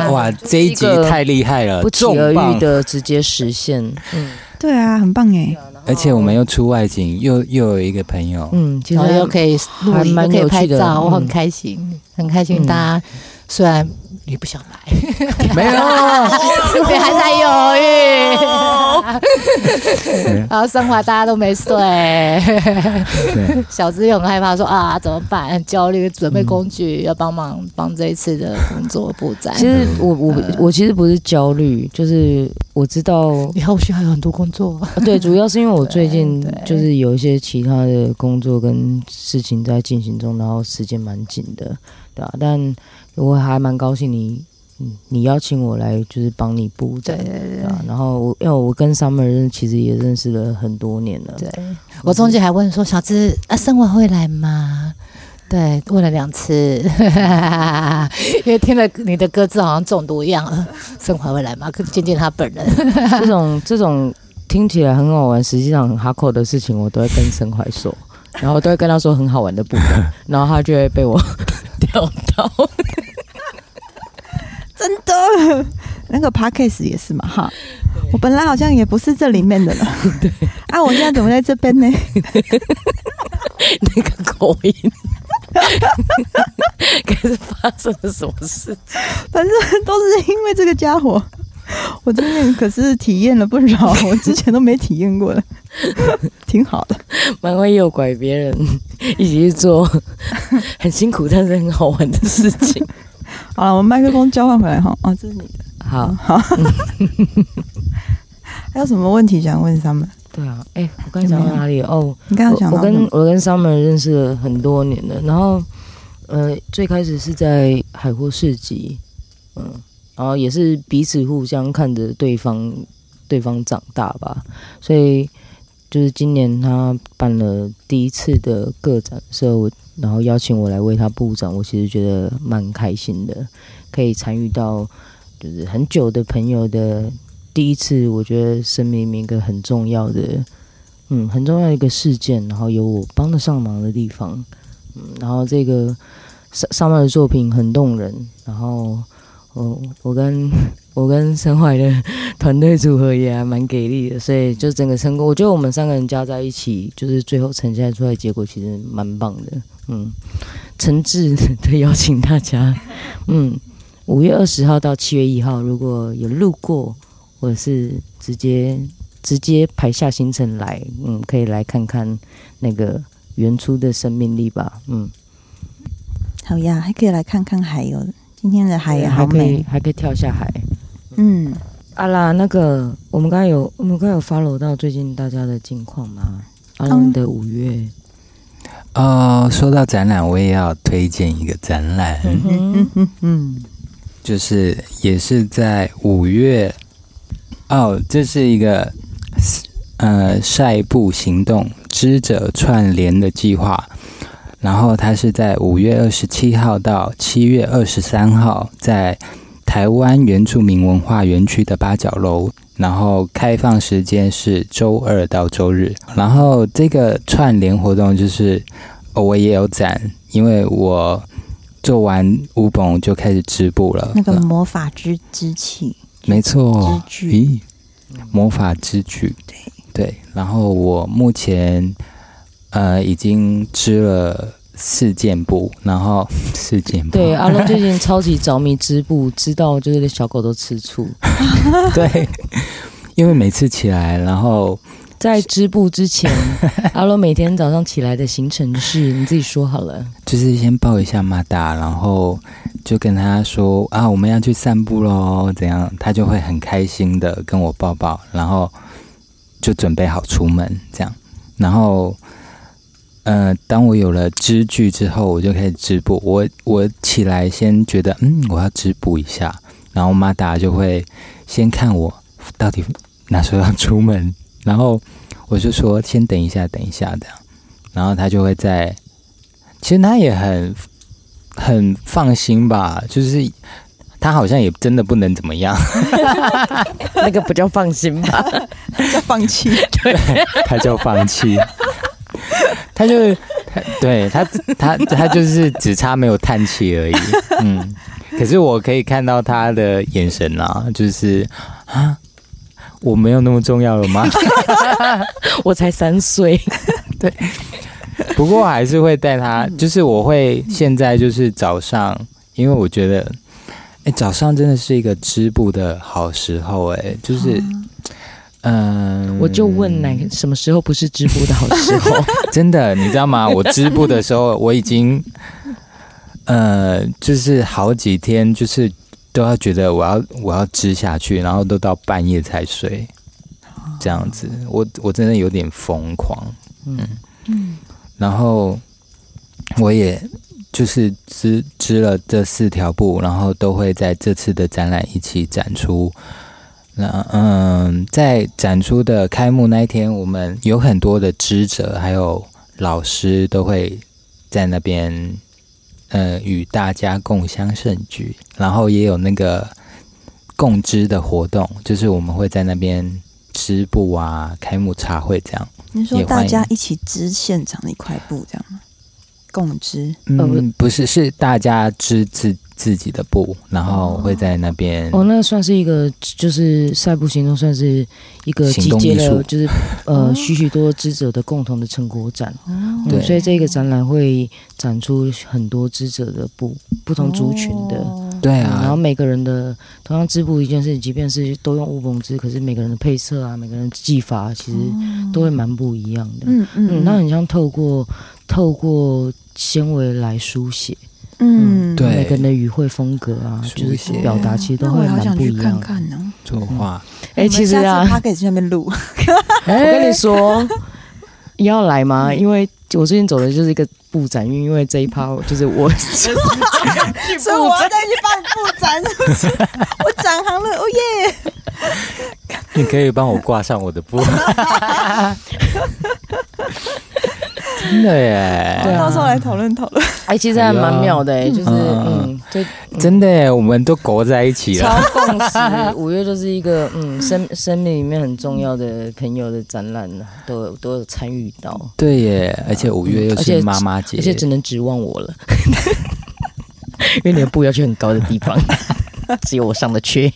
Speaker 1: 哇哇，这一集
Speaker 3: 啊一个
Speaker 1: 太厉害了，
Speaker 3: 不期
Speaker 1: 重
Speaker 3: 而
Speaker 1: 磅
Speaker 3: 遇的直接实现。嗯
Speaker 2: 对啊，很棒哎。
Speaker 1: 而且我们又出外景，又又有一个朋友，
Speaker 3: 哦嗯，其实
Speaker 4: 然后又可以录
Speaker 3: 还
Speaker 4: 影，
Speaker 3: 蛮
Speaker 4: 又可以
Speaker 3: 有趣
Speaker 4: 拍
Speaker 3: 的
Speaker 4: 照，我很
Speaker 3: 嗯
Speaker 4: 开心，很开心。
Speaker 3: 嗯
Speaker 4: 大家虽然你不想来，
Speaker 1: [LAUGHS]
Speaker 3: [LAUGHS]
Speaker 1: 没有，啊
Speaker 4: 你还在犹豫，然后生活大家都没睡，
Speaker 1: 对，
Speaker 4: 小资又很害怕说啊怎么办，很焦虑，准备工具、要帮忙帮这一次的工作布展。
Speaker 3: 其实我我我其实不是焦虑，就是我知 [LAUGHS] 道，
Speaker 4: 以后需要有很多工作，
Speaker 3: 对，主要是因为我最近
Speaker 4: 对对
Speaker 3: 就是有一些其他的工作跟事情在进行中，然后时间蛮紧的，对啊，但我还蛮高兴你，嗯，你邀请我来就是帮你布
Speaker 4: 对
Speaker 3: 展，
Speaker 4: 对
Speaker 3: 对啊，然后我因为我跟 Summer 认其实也认识了很多年了，
Speaker 4: 对，我中间还问说小资啊生活会来吗？对，问了两次， [LAUGHS] 因为听了你的歌词好像中毒一样，呃生活会来吗？可见见他本人。
Speaker 3: 这种这种听起来很好玩，实际上很哈扣的事情，我都会跟沈怀说，然后都会跟他说很好玩的部分，然后他就会被我 [LAUGHS] 钓到。
Speaker 2: 真的， [LAUGHS] 那个 podcast 也是嘛哈。我本来好像也不是这里
Speaker 3: [LAUGHS]
Speaker 2: 面的了，啊，我现在怎么在这边呢？
Speaker 3: 那个口音， [LAUGHS] 可是发生了什么事？
Speaker 2: 反正都是因为这个家伙。我最近可是体验了不
Speaker 3: [LAUGHS]
Speaker 2: 少，我之前都没体验过的，挺好的。
Speaker 3: 蛮会诱拐别人， [LAUGHS] 一起去做 [LAUGHS] 很辛苦但是很好玩的事情。
Speaker 2: 好了，我们麦克风交换回来哈。哦，这是你的。
Speaker 3: 好，
Speaker 2: 好。 [LAUGHS] 还有什么问题想问他们？
Speaker 3: 对啊，哎、我刚才讲到哪里了？哦，
Speaker 2: 你刚刚讲
Speaker 3: 我
Speaker 2: 到
Speaker 3: 我
Speaker 2: 什
Speaker 3: 跟
Speaker 2: 么？
Speaker 3: 我跟 Summer 认识了很多年了，然后呃，最开始是在海阔市集，嗯，然后也是彼此互相看着对方对方长大吧，所以就是今年他办了第一次的个展，所以我然后邀请我来为他布展，我其实觉得蛮开心的，可以参与到就是很久的朋友的第一次，我觉得生命里面一个很重要的。嗯，很重要的一个事件，然后有我帮得上忙的地方，嗯，然后这个上上面的作品很动人，然后我我跟我跟沈怀的团队组合也还蛮给力的，所以就整个成功，我觉得我们三个人加在一起，就是最后呈现出来的结果其实蛮棒的，嗯，诚挚的邀请大家，嗯，五月二十号到七月一号，如果有路过或者是直接直接排下行程来，嗯，可以来看看那个原初的生命力吧，嗯，
Speaker 2: 好呀，还可以来看看海哟。今天的海也好
Speaker 3: 还可以
Speaker 2: 美。
Speaker 3: 还可以跳下海。
Speaker 2: 嗯，
Speaker 3: 阿拉，啊那个我们刚刚有我们刚刚有 follow 到最近大家的近况吗？阿伦的五月，
Speaker 1: 哦，说到展览，我也要推荐一个展览，
Speaker 3: 嗯，
Speaker 2: 嗯嗯，
Speaker 1: 就是也是在五月，哦，这是一个呃晒步行动知者串联的计划，然后它是在五月二十七号到七月二十三号在台湾原住民文化园区的八角楼，然后开放时间是周二到周日，然后这个串联活动就是、哦我也有展，因为我。做完乌本就开始织布了，
Speaker 2: 那个魔法之之气，
Speaker 1: 没错，
Speaker 2: 之具
Speaker 1: 咦，魔法之具，对对。然后我目前呃已经织了四件布，然后 [LAUGHS] 四件布，
Speaker 3: [LAUGHS] 对，阿伦最近超级着迷织布，知道就是小狗都吃醋。
Speaker 1: 对，因为每次起来，然后
Speaker 3: 在织布之 [LAUGHS] 前，阿伦每天早上起来的行程是，你自己说好了。
Speaker 1: 就是先抱一下马达，然后就跟他说啊，我们要去散步喽，怎样？他就会很开心的跟我抱抱，然后就准备好出门这样。然后，呃，当我有了知具之后，我就开始织布。我我起来先觉得，嗯，我要织布一下，然后马达就会先看我到底哪时候要出门，然后我就说先等一下，等一下这样，然后他就会在。其实他也很很放心吧，就是他好像也真的不能怎么样，
Speaker 3: 那个不叫放心吧？
Speaker 2: 要放弃。
Speaker 1: [LAUGHS] 他就放弃， [LAUGHS] 他就他对他他他就是只差没有叹气 [LAUGHS] 而已，嗯。可是我可以看到他的眼神啊，就是啊，我没有那么重要了吗？
Speaker 3: [LAUGHS] 我才三岁，
Speaker 1: 不过还是会带他，就是我会现在就是早上，因为我觉得，哎、早上真的是一个织布的好时候、哎，就是，嗯、
Speaker 3: 我就问哪个什么时候不是织布的好时候？
Speaker 1: 真的，你知道吗？我织布的时候，我已经，呃，就是好几天，就是都要觉得我要我要织下去，然后都到半夜才睡，这样子，我我真的有点疯狂，嗯嗯，然后我也就是织织了这四条布，然后都会在这次的展览一起展出。那嗯，在展出的开幕那一天，我们有很多的知者还有老师都会在那边，呃，与大家共襄盛举。然后也有那个共知的活动，就是我们会在那边织布啊、开幕茶会这样。
Speaker 2: 你说
Speaker 1: 也欢
Speaker 2: 大
Speaker 1: 迎
Speaker 2: 家一起织现场的一块布这样吗？共织
Speaker 3: 呃
Speaker 1: 嗯，不是，是大家织自自己的布，然后会在那边。
Speaker 3: 哦，那个算是一个，就是赛步行动，算是一个集
Speaker 1: 行动
Speaker 3: 结
Speaker 1: 艺术
Speaker 3: 了，
Speaker 1: [LAUGHS]
Speaker 3: 就是呃许许多多知者的共同的成果展。
Speaker 2: 哦
Speaker 3: 嗯
Speaker 1: 对
Speaker 3: 所以这个展览会展出很多知者的不不同族群的。
Speaker 2: 哦
Speaker 1: 对
Speaker 3: 嗯然后
Speaker 1: 啊，
Speaker 3: 每个人的同样织布一件事情，即便是都用乌龙织，可是每个人的配色啊，每个人的技法、其实都会蛮不一样的。
Speaker 2: 哦嗯
Speaker 3: 嗯，
Speaker 2: 嗯，
Speaker 3: 那很像透过透过纤维来书写，
Speaker 2: 嗯
Speaker 1: 对
Speaker 3: 每个人的语汇风格啊，
Speaker 1: 书
Speaker 3: 就是
Speaker 1: 写
Speaker 3: 表达其啊实都
Speaker 2: 那我
Speaker 3: 会
Speaker 2: 好
Speaker 3: 蛮
Speaker 2: 想
Speaker 3: 不
Speaker 2: 去
Speaker 3: 一样
Speaker 2: 看
Speaker 3: 的。
Speaker 2: 看哦呢。
Speaker 1: 作画。
Speaker 3: 哎、其实啊，
Speaker 2: 他可以去那边录，
Speaker 3: [LAUGHS] 我跟你说，你要来吗？
Speaker 2: 嗯
Speaker 3: 因为我最近走的就是一个布展运，因为这一
Speaker 2: [LAUGHS]
Speaker 3: 趴就是我
Speaker 2: 所以我要再去放布展，是
Speaker 3: [LAUGHS]
Speaker 2: 不是？我转行了，哦耶！
Speaker 1: [LAUGHS] 你可以帮我挂上我的
Speaker 3: [LAUGHS]
Speaker 1: 布，真的耶，
Speaker 3: 对啊
Speaker 2: 到时候来讨论讨论。
Speaker 3: [LAUGHS] 哎、其实还蛮妙的、哎，就是
Speaker 1: 嗯
Speaker 3: 嗯，啊就
Speaker 1: 真的耶，我们都裹在一起了。
Speaker 3: 超共识。五月就是一个 [LAUGHS] 嗯生生命里面很重要的朋友的展览，都有都有参与到，
Speaker 1: 对耶，而且五月又
Speaker 3: 嗯而
Speaker 1: 是
Speaker 3: 且
Speaker 1: 妈妈节
Speaker 3: 而，且只能指望我了， [LAUGHS] 因为你的布要去很高的地 [LAUGHS] 方，只有我上得去。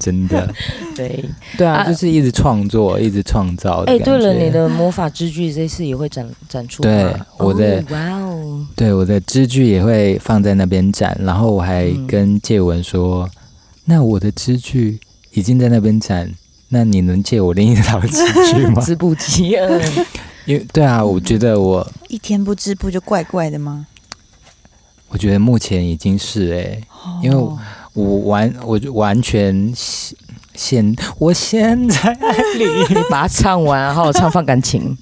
Speaker 1: 真的，
Speaker 3: [LAUGHS] 对，
Speaker 1: 对啊，
Speaker 3: 啊
Speaker 1: 就是一直创作，一直创造的感
Speaker 3: 哎、
Speaker 1: 觉。
Speaker 3: 对了，你的魔法之剧这次也会展展出吗？
Speaker 1: 对我的
Speaker 3: 哦哇哦，
Speaker 1: 对我的织具也会放在那边展，然后我还
Speaker 3: 嗯
Speaker 1: 跟介文说，那我的织具已经在那边展，那你能借我另一套织具吗？
Speaker 3: 织布机，
Speaker 1: [LAUGHS]
Speaker 3: 嗯 [LAUGHS]
Speaker 1: 因为对啊，我觉得我
Speaker 2: 一天不织布就怪怪的吗？
Speaker 1: 我觉得目前已经是哎、因为我
Speaker 2: 哦
Speaker 1: 我完我就完全陷陷我陷在里，
Speaker 3: 把它唱完，然后唱放感情。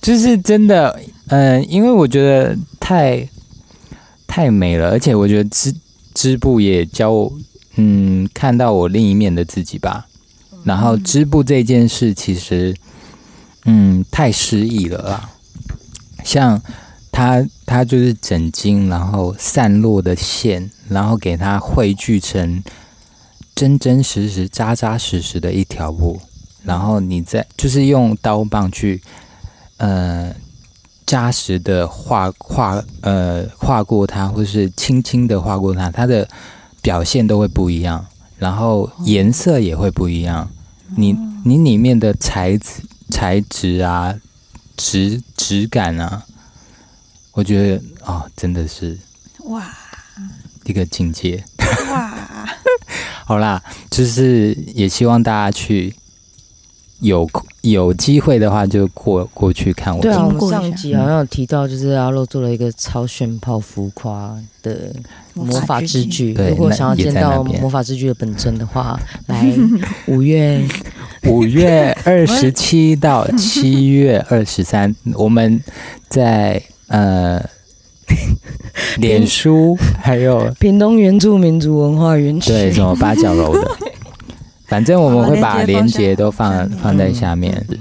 Speaker 1: 就是真的，嗯、因为我觉得太太美了，而且我觉得织织布也教我，嗯，看到我另一面的自己吧。然后织布这件事其实，嗯，太诗意了啦。像它，它就是整茎，然后散落的线，然后给它汇聚成真真实实、扎扎实实的一条布。然后你再就是用刀棒去，呃，扎实的划划呃划过它，或是轻轻的划过它，它的表现都会不一样，然后颜色也会不一样。你你里面的材质材质啊，质质感啊，我觉得哦，真的是
Speaker 2: 哇
Speaker 1: 一个境界。
Speaker 2: 哇，
Speaker 1: 好啦，就是也希望大家去有空有机会的话，就过过去看我
Speaker 3: 对啊，
Speaker 1: 的
Speaker 3: 我们
Speaker 2: 听过一下
Speaker 3: 上集好像有提到，就是阿洛做了一个超炫泡浮夸的魔法之剧。
Speaker 1: 对
Speaker 3: 如果
Speaker 1: 那
Speaker 3: 想要
Speaker 1: 也
Speaker 3: 见
Speaker 1: 在
Speaker 3: 到
Speaker 1: 那边
Speaker 3: 魔法之剧的本尊的话， [LAUGHS] 来五月
Speaker 1: 五月二十七到七月二十三，我们在呃脸书还 [LAUGHS] 有
Speaker 3: 屏东原住民族文化园区。
Speaker 1: 对什么八角楼的，反正我们会
Speaker 2: 好
Speaker 1: 把
Speaker 2: 把
Speaker 1: 链
Speaker 2: 链
Speaker 1: 接嗯
Speaker 2: 接
Speaker 1: 都
Speaker 2: 放下
Speaker 1: 放放在下面。
Speaker 2: 好啊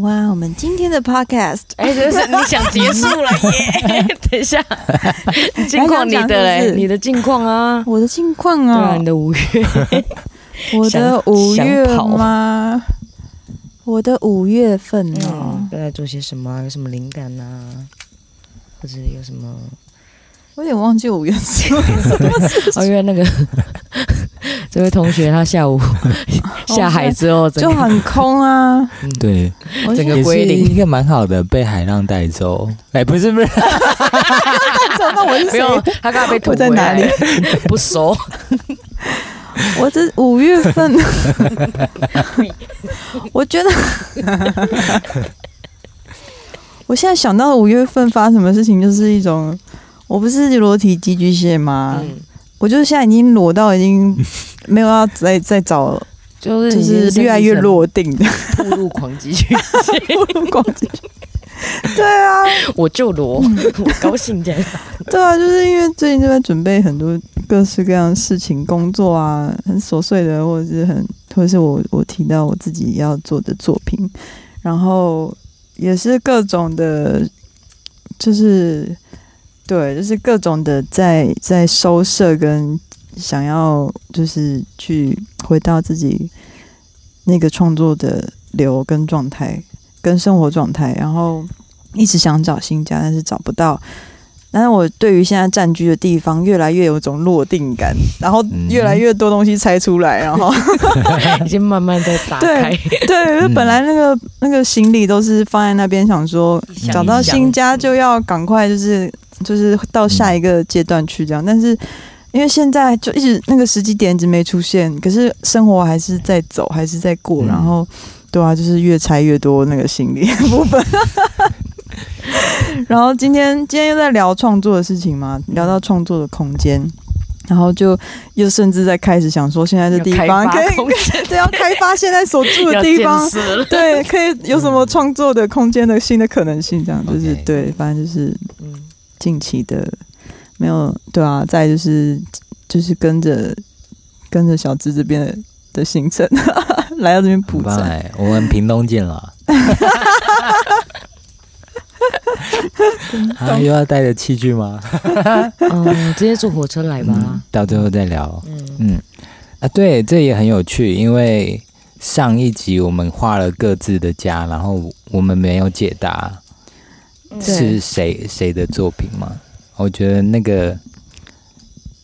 Speaker 2: 哇，我们今天的 podcast
Speaker 3: 哎，这是你想结束了耶？ [LAUGHS] 等一下，近况你的
Speaker 2: 还想讲是
Speaker 3: 嘞
Speaker 2: 不，是
Speaker 3: 你的近况啊，
Speaker 2: 我的近况
Speaker 3: 对啊，
Speaker 2: 啊
Speaker 3: 你，的五月，
Speaker 2: 我的
Speaker 3: 想
Speaker 2: 五月
Speaker 3: 想跑
Speaker 2: 吗？我的五月份哦
Speaker 3: 嗯，，都在做些什么啊？有什么灵感啊？或者有什么？
Speaker 2: 我有点忘记五月份。
Speaker 3: [LAUGHS]
Speaker 2: [LAUGHS]
Speaker 3: 哦，因为 [LAUGHS] 那个这位同学他下 [LAUGHS] 午下海之后，整
Speaker 2: 就
Speaker 3: 个
Speaker 2: 很空啊，
Speaker 1: 对，
Speaker 3: [LAUGHS]
Speaker 2: 我
Speaker 3: 整
Speaker 2: 现
Speaker 3: 个
Speaker 2: 在
Speaker 1: 也
Speaker 3: 归
Speaker 1: 是
Speaker 3: 零
Speaker 1: 一个蛮好的，被海浪带走。哎，不是不是，
Speaker 2: 找到我是
Speaker 3: 不
Speaker 2: 谁？
Speaker 3: 用，啊他刚刚被吐
Speaker 2: 我在
Speaker 3: 回
Speaker 2: 哪
Speaker 3: 来？ [LAUGHS] 不熟，
Speaker 2: 我这五月
Speaker 3: [LAUGHS]
Speaker 2: 份，我觉得，我现在想到五月份发生什么事情，就是一种，我不是裸体寄居蟹吗？
Speaker 3: 嗯，
Speaker 2: 我就是现在已经裸到已经没有要再再找，
Speaker 3: 就是
Speaker 2: 就
Speaker 3: 已经
Speaker 2: 是越来越
Speaker 3: [LAUGHS]
Speaker 2: 落定的
Speaker 3: 步入狂击区，
Speaker 2: 光景。 [LAUGHS] 对啊，
Speaker 3: 我就 [LAUGHS] 裸，我高兴这样。
Speaker 2: 对啊，就是因为最近就在准备很多各式各样的事情，工作啊，很琐碎的，或者是很，或者是我我提到我自己要做的作品，然后也是各种的，就是对，就是各种的在在收摄跟想要就是去回到自己那个创作的流跟状态跟生活状态，然后一直想找新家，但是找不到。但是我对于现在占据的地方越来越有种落定感，然后
Speaker 1: 嗯
Speaker 2: 越来越多东西拆出来，然后
Speaker 3: 已经慢慢在打开，
Speaker 2: [LAUGHS] 对，就
Speaker 1: 嗯
Speaker 2: 本来那个那个行李都是放在那边，想说
Speaker 3: 一箱
Speaker 2: 找到新家就要赶快，就是就是到下
Speaker 1: 嗯
Speaker 2: 一个阶段去这样。但是因为现在就一直那个时机点一直没出现，可是生活还是在走，还是在过，
Speaker 1: 嗯
Speaker 2: 然后对啊，就是越拆越多那个行李的部分。 [LAUGHS] 然后今天今天又在聊创作的事情嘛，聊
Speaker 1: 嗯
Speaker 2: 到创作的空间，然后就又甚至在开始想说，现在这地方可以 [LAUGHS] 对，要开发现在所住的地方，对，可以有什么创作的空间的新的可能性，这样就是
Speaker 1: OK
Speaker 2: 对，反正就是
Speaker 3: 嗯，
Speaker 2: 近期的没有对啊，再就是就是跟着跟着小智这边的的行程 [LAUGHS] 来到这边
Speaker 1: 很
Speaker 2: 补
Speaker 1: 棒
Speaker 2: 展，
Speaker 1: 哎，我们屏东见 [LAUGHS] 了。啊，又要带着器具吗？
Speaker 3: 嗯，直接坐火车来吧。
Speaker 1: 嗯到最后再聊。
Speaker 3: 嗯
Speaker 1: 嗯，啊，对，这也很有趣，因为上一集我们画了各自的家，然后我们没有解答是
Speaker 2: 嗯对
Speaker 1: 谁谁的作品嘛。我觉得那个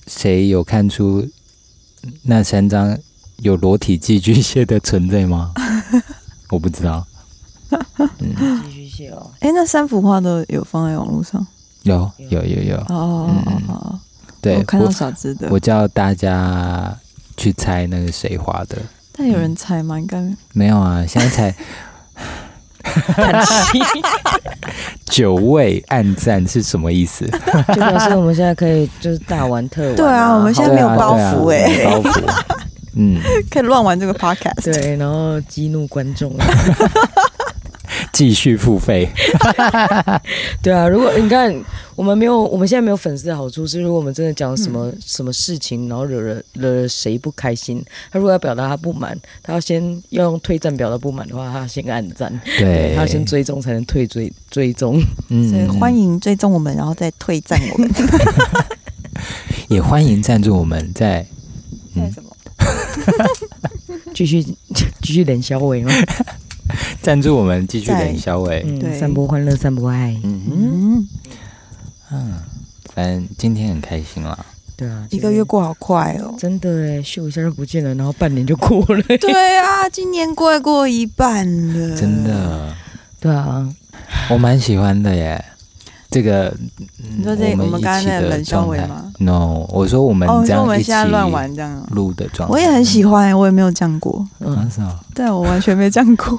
Speaker 1: 谁有看出那三张有裸体寄居蟹的存在
Speaker 2: [LAUGHS]
Speaker 1: 吗？我不知道，
Speaker 3: 寄居蟹哦，
Speaker 2: 哎、那三幅画都有放在网络上
Speaker 1: 有有有有，
Speaker 2: 哦哦哦哦哦，
Speaker 1: 嗯对
Speaker 2: 我看到
Speaker 1: 我
Speaker 2: 小智的
Speaker 1: 我，叫大家去猜那个谁画的，
Speaker 2: 但有人猜吗？应该 [LAUGHS]
Speaker 1: 没有啊，现在才 [LAUGHS] 九位暗赞是什么意
Speaker 2: [LAUGHS]
Speaker 1: 思？
Speaker 3: [LAUGHS] 就表示我们现在可以就是大玩特玩。
Speaker 2: 对啊我们现在
Speaker 1: 对
Speaker 2: 没有
Speaker 1: 啊
Speaker 2: 包
Speaker 1: 对啊
Speaker 2: 袱欸
Speaker 1: 没有包
Speaker 2: [LAUGHS]
Speaker 1: 袱。嗯，
Speaker 2: 可以乱
Speaker 1: [LAUGHS]
Speaker 2: 玩这个 podcast，
Speaker 3: 啊对，然后激怒观众。啊
Speaker 1: 继续付费。
Speaker 3: [LAUGHS] 对啊，如果你看我们没有，我们现在没有粉丝的好处是，如果我们真的讲什么、
Speaker 2: 嗯
Speaker 3: 什么事情，然后惹了惹了谁不开心，他如果要表达他不满，他要先要用退战表达不满的话，他要先按赞，
Speaker 1: 对，
Speaker 3: 他要先追踪才能退追追踪。
Speaker 2: 所以
Speaker 1: 嗯
Speaker 2: 欢迎追踪我们，然后再退赞我
Speaker 1: [LAUGHS]
Speaker 2: 们， [LAUGHS]
Speaker 1: 也欢迎赞助我们在
Speaker 2: 在什么？
Speaker 3: 继续继续冷小伟吗？
Speaker 1: 赞助我们继续
Speaker 2: 在
Speaker 1: 冷小伟。
Speaker 3: 嗯，
Speaker 2: 对
Speaker 3: 散播欢乐，散播爱。
Speaker 1: 嗯哼，
Speaker 2: 嗯，
Speaker 1: 反正今天很开心啦。
Speaker 3: 对啊，
Speaker 2: 一个月过好快哦。
Speaker 3: 真的哎，咻一下就不见了，然后半年就过了。
Speaker 2: [LAUGHS] 对啊，今年快过一半了，
Speaker 1: 真。的，
Speaker 3: [LAUGHS] 对啊，
Speaker 1: 我蛮喜欢的耶。这个，
Speaker 2: 你
Speaker 1: 你
Speaker 2: 说这
Speaker 1: 我
Speaker 2: 我
Speaker 1: 们
Speaker 2: 们
Speaker 1: 一
Speaker 2: 刚刚
Speaker 1: 起
Speaker 2: 那个
Speaker 1: 的
Speaker 2: 冷笑
Speaker 1: 状
Speaker 2: 话
Speaker 1: 态
Speaker 2: 吗
Speaker 1: ？No，我说我们
Speaker 2: 哦，你
Speaker 1: 这
Speaker 2: 说
Speaker 1: 样
Speaker 2: 我们
Speaker 1: 一
Speaker 2: 现在乱
Speaker 1: 起嗯
Speaker 2: 玩这样啊，
Speaker 1: 录的状态，
Speaker 2: 我也很喜欢，欸我也没有这样过，
Speaker 1: 啊。
Speaker 3: 嗯，
Speaker 1: 是吗
Speaker 2: 对我完全没这
Speaker 1: [LAUGHS]
Speaker 2: 样过。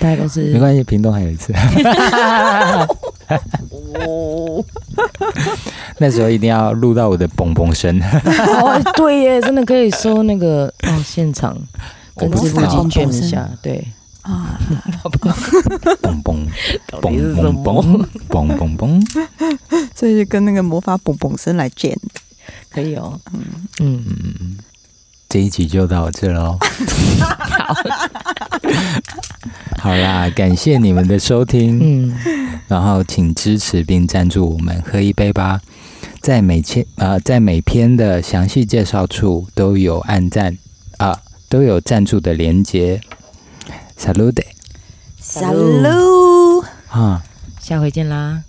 Speaker 3: 大家都是
Speaker 1: 没关系，屏东还有一次，
Speaker 3: 哦，
Speaker 1: 那时候一定要录到我的嘣嘣
Speaker 3: [LAUGHS]
Speaker 1: 声。
Speaker 3: 哦，对耶，真的可以收那个哦，现场跟
Speaker 1: 我不
Speaker 3: 支
Speaker 1: 知
Speaker 3: 付
Speaker 1: 道
Speaker 3: 金券一下，对，
Speaker 2: 啊，
Speaker 1: 嘣嘣
Speaker 3: [LAUGHS] 到底
Speaker 1: 嘣
Speaker 3: 是什
Speaker 1: 嘣
Speaker 3: 么？
Speaker 1: 嘣嘣嘣嘣，
Speaker 2: [LAUGHS] 所以就跟那个魔法蹦蹦声来见。
Speaker 3: 可以哦，嗯嗯，
Speaker 1: 这一集就到这喽。 [LAUGHS] 好啦，感谢你们的收听。
Speaker 3: 嗯，
Speaker 1: 然后请支持并赞助我们喝一杯吧。在每篇呃，在每篇的详细介绍处都有按赞啊、都有赞助的连接。Salute
Speaker 4: 小鹿，
Speaker 1: 啊，
Speaker 5: 下回见啦。